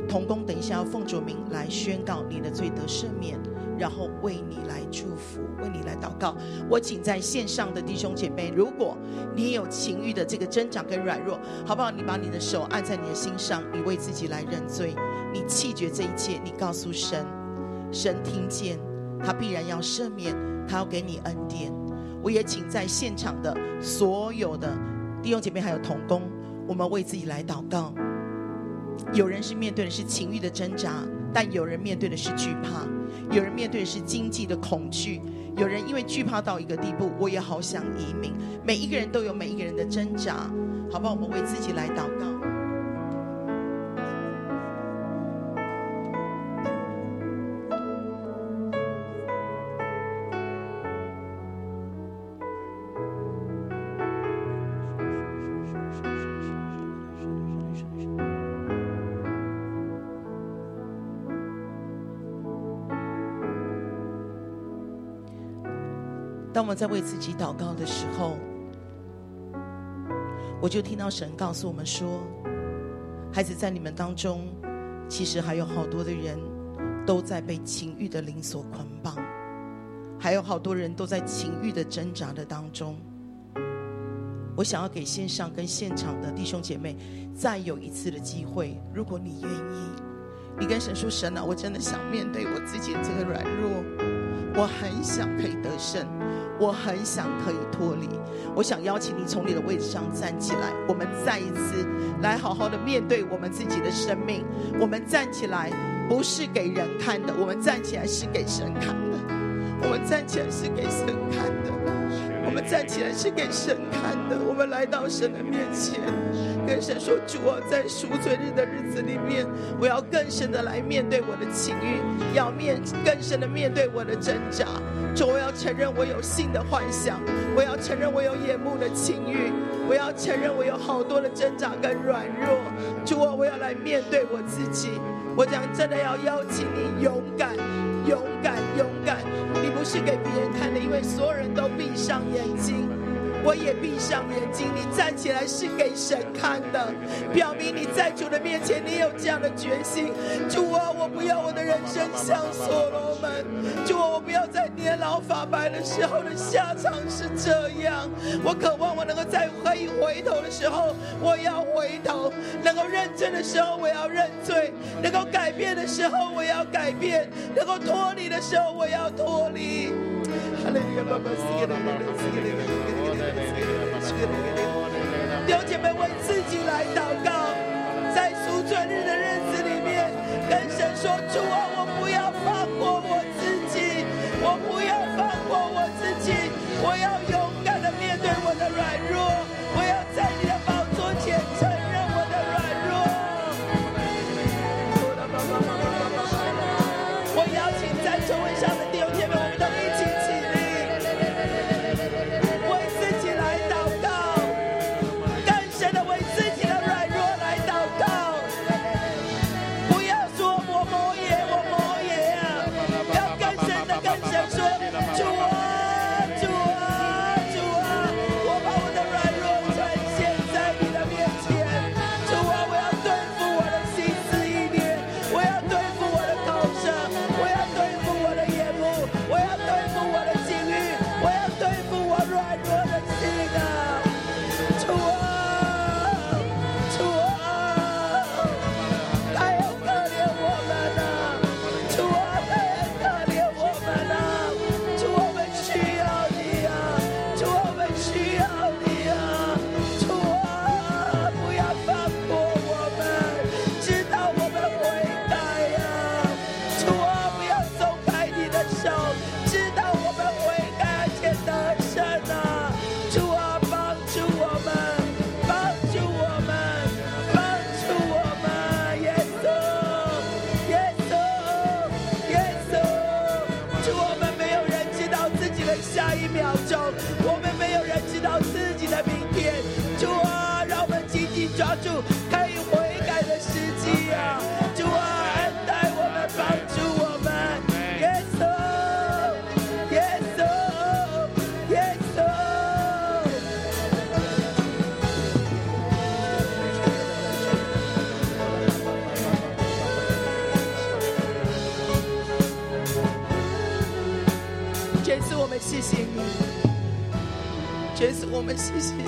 Speaker 6: 童工等一下要奉主名来宣告你的罪得赦免，然后为你来祝福，为你来祷告。我请在线上的弟兄姐妹，如果你也有情欲的这个挣扎跟软弱，好不好？你把你的手按在你的心上，你为自己来认罪，你弃绝这一切，你告诉神，神听见，他必然要赦免，他要给你恩典。我也请在现场的所有的弟兄姐妹还有童工，我们为自己来祷告。有人是面对的是情欲的挣扎，但有人面对的是惧怕，有人面对的是经济的恐惧，有人因为惧怕到一个地步，我也好想移民。每一个人都有每一个人的挣扎，好不好？我们为自己来祷告。当我们在为自己祷告的时候，我就听到神告诉我们说：“孩子，在你们当中，其实还有好多的人都在被情欲的灵所捆绑，还有好多人都在情欲的挣扎的当中。”我想要给线上跟现场的弟兄姐妹再有一次的机会，如果你愿意，你跟神说：“神啊，我真的想面对我自己的这个软弱。”我很想可以得胜，我很想可以脱离。我想邀请你从你的位置上站起来，我们再一次来好好的面对我们自己的生命。我们站起来不是给人看的，我们站起来是给神看的。我们站起来是给神看的，我们站起来是给神看的。我们来到神的面前，跟神说：“主啊，在赎罪日的日子里面，我要更深的来面对我的情欲，要面更深的面对我的挣扎。主，我要承认我有性的幻想，我要承认我有眼目的情欲，我要承认我有好多的挣扎跟软弱。主啊，我要来面对我自己。我讲真的要邀请你勇敢，勇敢，勇敢。你不是给别人看的，因为所有人都闭上眼睛。我也闭上眼睛。你站起来是给神看的，表明你在主的面前，你有这样的决心。主啊，我不要我的人生像所罗门。主啊，我不要在年老发白的时候的下场是这样。我渴望我能够在可以回头的时候，我要回头；能够认真的时候，我要认罪；能够改变的时候，我要改变；能够脱离的时候，我要脱离。哈利路亚，爸爸，赐给你们，赐给你们，赐给你们，赐给你们，赐给你们。弟兄姐妹为自己来祷告，在赎罪日的日子里面，跟神说：主啊，我不要放过我自己，我不要放过我自己，我要勇敢的面对我的软弱，我要在你的宝座前承认我的软弱。我邀请在座位上的弟兄姐妹，我们都一起起立，为自己来祷告，更深的为自己的软弱来祷告。不要说我魔也，我魔也啊，要更深的更深说，主啊，主啊，主啊，我把我的软弱呈现在你的面前。主啊，我要对付我的心思意念，我要对付我的口舌，我要对付我的眼目，我要对付我的情欲，我要对付我软弱的心啊！主啊，主啊！太要可怜我们了，主啊，太要可怜我们了，主我们需要你啊，主我们需要你啊，主啊，不要放过我们，直到我们回来呀，主啊，不要松开你的手，直到我们回来且得胜啊，主啊，帮助我们。帮助我们，帮助我们，耶稣，耶稣，耶稣！主，我们没有人知道自己的下一秒钟，我们没有人知道自己的明天。主啊，让我们紧紧抓住可以悔改的时机啊！主啊，恩待我们，帮助我们，耶稣，耶稣，耶稣。这次我们谢谢你，这次我们谢谢你。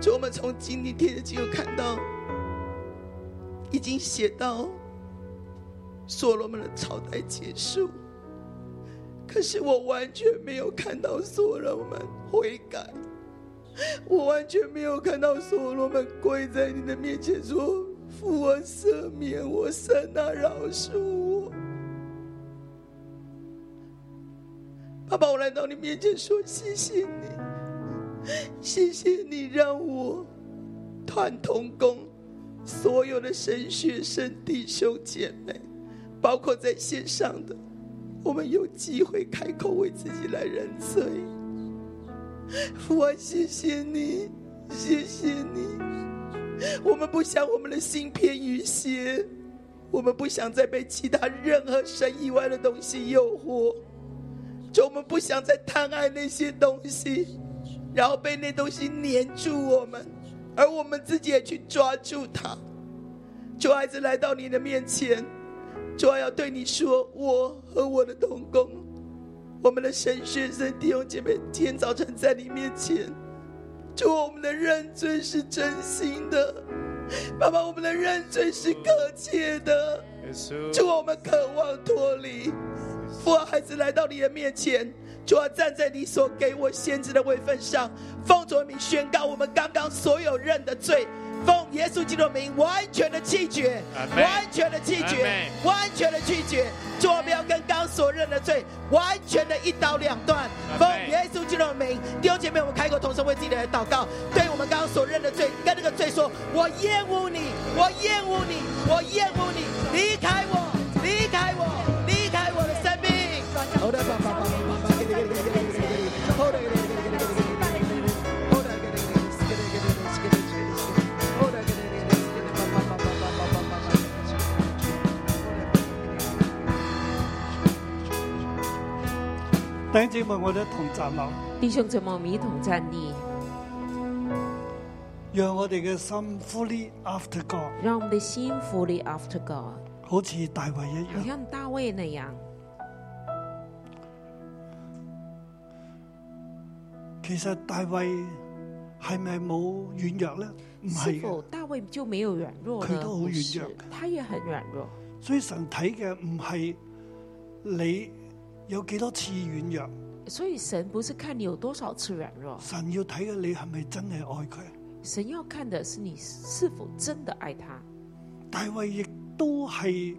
Speaker 6: 主，我们从今天的经有看到，已经写到所罗门的朝代结束，可是我完全没有看到所罗门悔改，我完全没有看到所罗门跪在你的面前说：“父我赦免我，神啊饶恕我。”爸爸，我来到你面前说谢谢你，谢谢你让我团同工，所有的神学生弟兄姐妹，包括在线上的，我们有机会开口为自己来认罪。父啊，谢谢你，谢谢你。我们不想我们的心偏于邪，我们不想再被其他任何神以外的东西诱惑。就我们不想再贪爱那些东西，然后被那东西黏住我们，而我们自己也去抓住它。主孩子来到你的面前，主要要对你说：我和我的同工，我们的神学生弟兄姐妹，今天早晨在你面前，主我们的认罪是真心的，爸爸，我们的认罪是恳切的。主，我们渴望脱离。父啊，孩子来到你的面前，主啊，站在你所给我先知的位份上，奉主的名宣告我们刚刚所有认的罪，奉耶稣基督的名完全的弃绝，
Speaker 7: Amen
Speaker 6: 完全的弃绝
Speaker 7: Amen，
Speaker 6: 完全的拒绝。主，我们要跟刚所认的罪完全的一刀两断。奉
Speaker 7: Amen
Speaker 6: 耶稣基督的名，弟兄姐妹，我们开口同声为自己的人祷告，对我们刚刚所认的罪跟那个罪说：我厌恶你，我厌恶你，我厌恶你，离开我，离开我，离开我的生命。
Speaker 2: 弟兄姊妹，我哋一同站立，
Speaker 3: 弟兄姊妹，我们一同站立，
Speaker 2: 讓我哋嘅心 fully after God，
Speaker 3: 让我们的心 fully after God，
Speaker 2: 好似大衛一
Speaker 3: 好
Speaker 2: 樣。
Speaker 3: 像大卫那样。嗯
Speaker 2: 其實大衛係咪冇軟弱呢？唔
Speaker 3: 是
Speaker 2: 係
Speaker 3: 否
Speaker 2: 嘅，
Speaker 3: 大卫就没有软弱
Speaker 2: 佢
Speaker 3: 呢？
Speaker 2: 都好
Speaker 3: 不
Speaker 2: 软
Speaker 3: 是
Speaker 2: 弱，
Speaker 3: 他也很软弱。
Speaker 2: 所以神睇嘅唔係你有幾多次軟弱，
Speaker 3: 所以神不是看你有多少次软弱，
Speaker 2: 神要睇嘅你係咪真係愛佢。
Speaker 3: 神要看的是你是否真的爱他。
Speaker 2: 大衛亦都係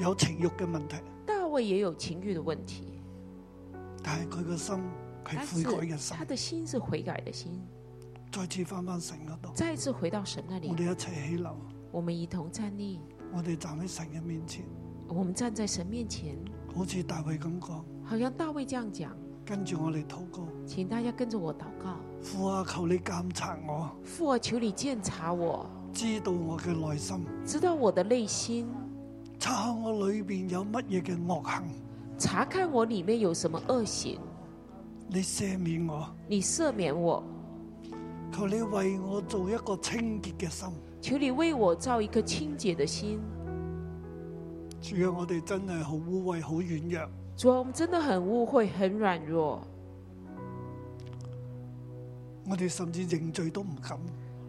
Speaker 2: 有情欲嘅問題，
Speaker 3: 大卫也有情欲的问题，
Speaker 2: 但係佢個心
Speaker 3: 但
Speaker 2: 係
Speaker 3: 是
Speaker 2: 悔改嘅心
Speaker 3: 他，的心是悔改的心，
Speaker 2: 再次翻返神嗰度。
Speaker 3: 再次回到神那里
Speaker 2: 我。哋一齊起立，
Speaker 3: 我们一同站立，
Speaker 2: 我哋站喺神嘅面前，
Speaker 3: 我们站在神面前，
Speaker 2: 好似大衛咁講，
Speaker 3: 好像大卫这样讲。
Speaker 2: 跟住我哋禱告。
Speaker 3: 请大家跟着我祷告，
Speaker 2: 父啊，求你監察我，
Speaker 3: 父啊，求你鉴察我，
Speaker 2: 知道我嘅內心，
Speaker 3: 知道我的内心，
Speaker 2: 察下我裏边有乜嘢嘅惡行，
Speaker 3: 查看我里面有什么恶行，
Speaker 2: 你赦免我，
Speaker 3: 你赦免我，
Speaker 2: 求你為我做一個清潔嘅心。
Speaker 3: 求你为我造一颗清洁的心。
Speaker 2: 主啊，我哋真係好污穢，好軟弱。
Speaker 3: 主啊，我们真的很污秽，很软弱，
Speaker 2: 我哋甚至認罪都唔敢，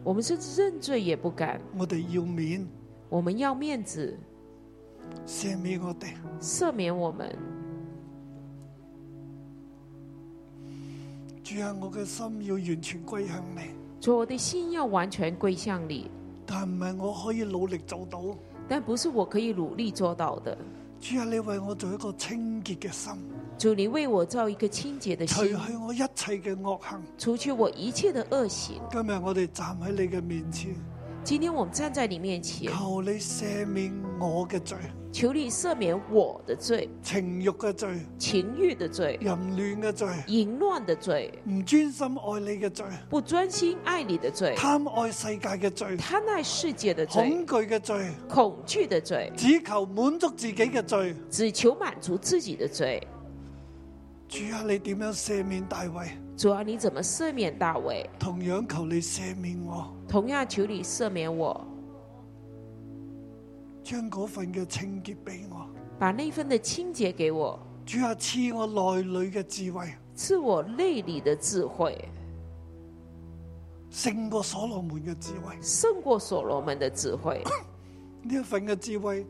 Speaker 3: 我们甚至认罪也不敢。
Speaker 2: 我哋要面
Speaker 3: 我们要面子，
Speaker 2: 赦免我哋，
Speaker 3: 赦免我们。
Speaker 2: 主啊，我嘅心要完全歸向你，
Speaker 3: 主啊，我的心要完全归向你，
Speaker 2: 但唔係我可以努力做到。
Speaker 3: 但不是我可以努力做到的。
Speaker 2: 主啊，你為我做一個清潔嘅心，
Speaker 3: 主，你为我造一个清洁的
Speaker 2: 除
Speaker 3: 心，
Speaker 2: 去我一切嘅惡行。
Speaker 3: 除去我一切的恶行。
Speaker 2: 今日我哋站喺你嘅面前，
Speaker 3: 今天我们站在你面前，
Speaker 2: 求你赦免我嘅罪、
Speaker 3: 求你赦免我的罪、
Speaker 2: 情欲嘅罪、
Speaker 3: 情欲的罪、
Speaker 2: 淫亂嘅罪、
Speaker 3: 淫乱的罪、
Speaker 2: 唔專心愛你嘅罪、
Speaker 3: 不专心爱你的罪、
Speaker 2: 貪愛世界嘅罪、
Speaker 3: 贪爱世界的罪
Speaker 2: 恐、懼嘅罪、
Speaker 3: 恐惧的罪、
Speaker 2: 只求滿足自己嘅罪。
Speaker 3: 只求满足自己的罪。
Speaker 2: 主啊，你點樣赦免大衛？
Speaker 3: 主啊，你怎么赦免大卫？
Speaker 2: 同樣求你赦免我，
Speaker 3: 同样求你赦免我，
Speaker 2: 將嗰份嘅清潔俾我。
Speaker 3: 把那份的清洁给我，
Speaker 2: 主啊，賜我內裏嘅智慧，
Speaker 3: 赐我内里的智慧，
Speaker 2: 勝過所羅門嘅智慧。
Speaker 3: 胜过所罗门的智慧。
Speaker 2: 呢一份嘅智慧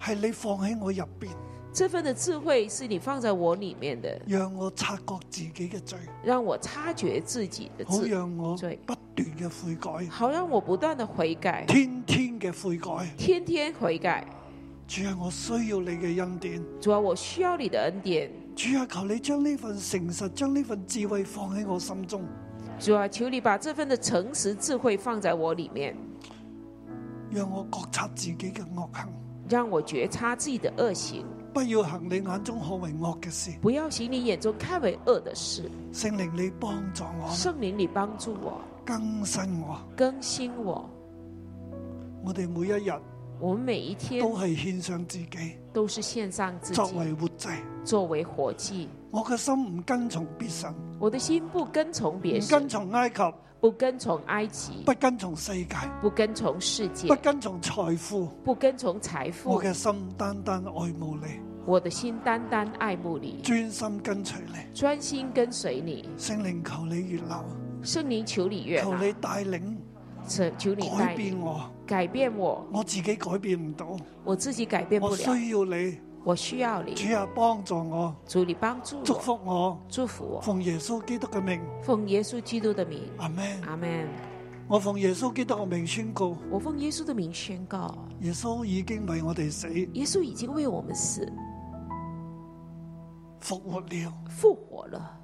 Speaker 2: 係你放喺我入邊，
Speaker 3: 这份的智慧是你放在我里面的，
Speaker 2: 讓我察覺自己嘅罪，
Speaker 3: 让我察觉自己的
Speaker 2: 好
Speaker 3: 罪，
Speaker 2: 讓我
Speaker 3: 罪
Speaker 2: 不斷嘅悔改，
Speaker 3: 好让我不断的悔改，
Speaker 2: 天天嘅悔改。
Speaker 3: 天天悔改。
Speaker 2: 主啊，我需要你嘅恩典。
Speaker 3: 主啊，我需要你的恩典。
Speaker 2: 主啊，求你將呢份誠實，將呢份智慧放喺我心中，
Speaker 3: 主啊，求你把这份的诚实智慧放在我里面，
Speaker 2: 讓我覺察自己嘅惡行，
Speaker 3: 让我觉察自己的恶行，
Speaker 2: 不要行你眼中可為惡嘅事。
Speaker 3: 不要行你眼中看为恶的事。
Speaker 2: 聖靈，你幫助我，
Speaker 3: 圣灵，你帮助我，
Speaker 2: 更新我。
Speaker 3: 更新我。
Speaker 2: 我哋每一日
Speaker 3: 我们每一天
Speaker 2: 都係獻上自己，
Speaker 3: 都是献上自
Speaker 2: 作
Speaker 3: 己，
Speaker 2: 為活祭。
Speaker 3: 作为活祭。
Speaker 2: 我嘅心唔跟從別神，
Speaker 3: 我的心不跟从别
Speaker 2: 唔跟
Speaker 3: 神，
Speaker 2: 從埃及，
Speaker 3: 不跟从埃及，
Speaker 2: 不跟從世界，
Speaker 3: 不跟从世界
Speaker 2: 不，跟從財富。
Speaker 3: 不跟从财
Speaker 2: 我
Speaker 3: 富。
Speaker 2: 嘅心單單愛慕你，
Speaker 3: 我的心单单爱慕你，
Speaker 2: 專心跟隨你。
Speaker 3: 专心跟随你。
Speaker 2: 聖靈，求你悅納，
Speaker 3: 圣灵，求你悦
Speaker 2: 求
Speaker 3: 纳
Speaker 2: 你，带領
Speaker 3: 求求你带
Speaker 2: 改變我。
Speaker 3: 改变我，
Speaker 2: 我自己改變唔到，
Speaker 3: 我自己改变不
Speaker 2: 我
Speaker 3: 了，
Speaker 2: 需要你，
Speaker 3: 我需要你，
Speaker 2: 主啊，幫助我，
Speaker 3: 主你帮助
Speaker 2: 祝
Speaker 3: 我，
Speaker 2: 福我，
Speaker 3: 祝福我，
Speaker 2: 奉耶穌基督嘅名，
Speaker 3: 奉耶稣基督的名，
Speaker 2: 阿門。
Speaker 3: 阿门。
Speaker 2: 我奉耶穌基督嘅名宣告，
Speaker 3: 我奉耶稣的名宣告，
Speaker 2: 耶穌已經為我哋死
Speaker 3: 耶稣已经为我们死
Speaker 2: 復活了，
Speaker 3: 复活了，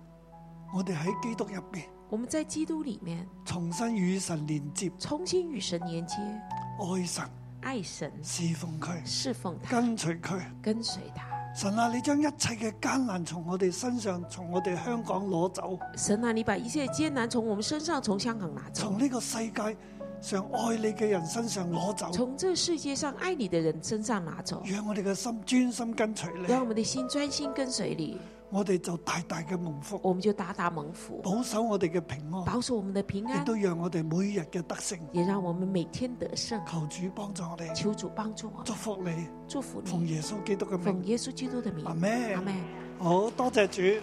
Speaker 2: 我哋喺基督入邊
Speaker 3: 我们在基督里面
Speaker 2: 重新與神連接，
Speaker 3: 重新与神连接，
Speaker 2: 愛神，
Speaker 3: 爱神，
Speaker 2: 侍奉佢，
Speaker 3: 侍奉他，
Speaker 2: 跟隨佢。
Speaker 3: 跟随他。
Speaker 2: 神啊，你將一切嘅艱難從我哋身上，從我哋香港攞走，
Speaker 3: 神啊，你把一切艰难从我们身上，从香港拿走
Speaker 2: 從，呢個世界上愛你嘅人身上攞走，
Speaker 3: 从这世界上爱你的人身上拿走，
Speaker 2: 讓我哋嘅心專心跟隨
Speaker 3: 让
Speaker 2: 你，
Speaker 3: 我们的心专心跟随你，
Speaker 2: 我哋就大大嘅蒙福，
Speaker 3: 我们就大大蒙福，
Speaker 2: 保守我哋嘅平安，
Speaker 3: 保守我们的平安
Speaker 2: 亦，都讓我哋每日嘅得勝。
Speaker 3: 也让我们每天得胜。
Speaker 2: 求主幫助我哋，
Speaker 3: 求主幫助我
Speaker 2: 祝
Speaker 3: 们，
Speaker 2: 福你，
Speaker 3: 祝福
Speaker 2: 奉
Speaker 3: 你，
Speaker 2: 耶穌基督嘅
Speaker 3: 奉
Speaker 2: 名，
Speaker 3: 耶稣基督的名，
Speaker 2: 阿咩
Speaker 3: 阿门。
Speaker 2: 好多謝主，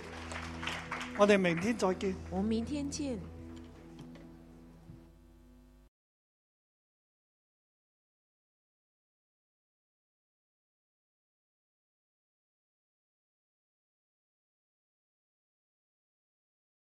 Speaker 2: 我哋明天再見。
Speaker 3: 我们明天见。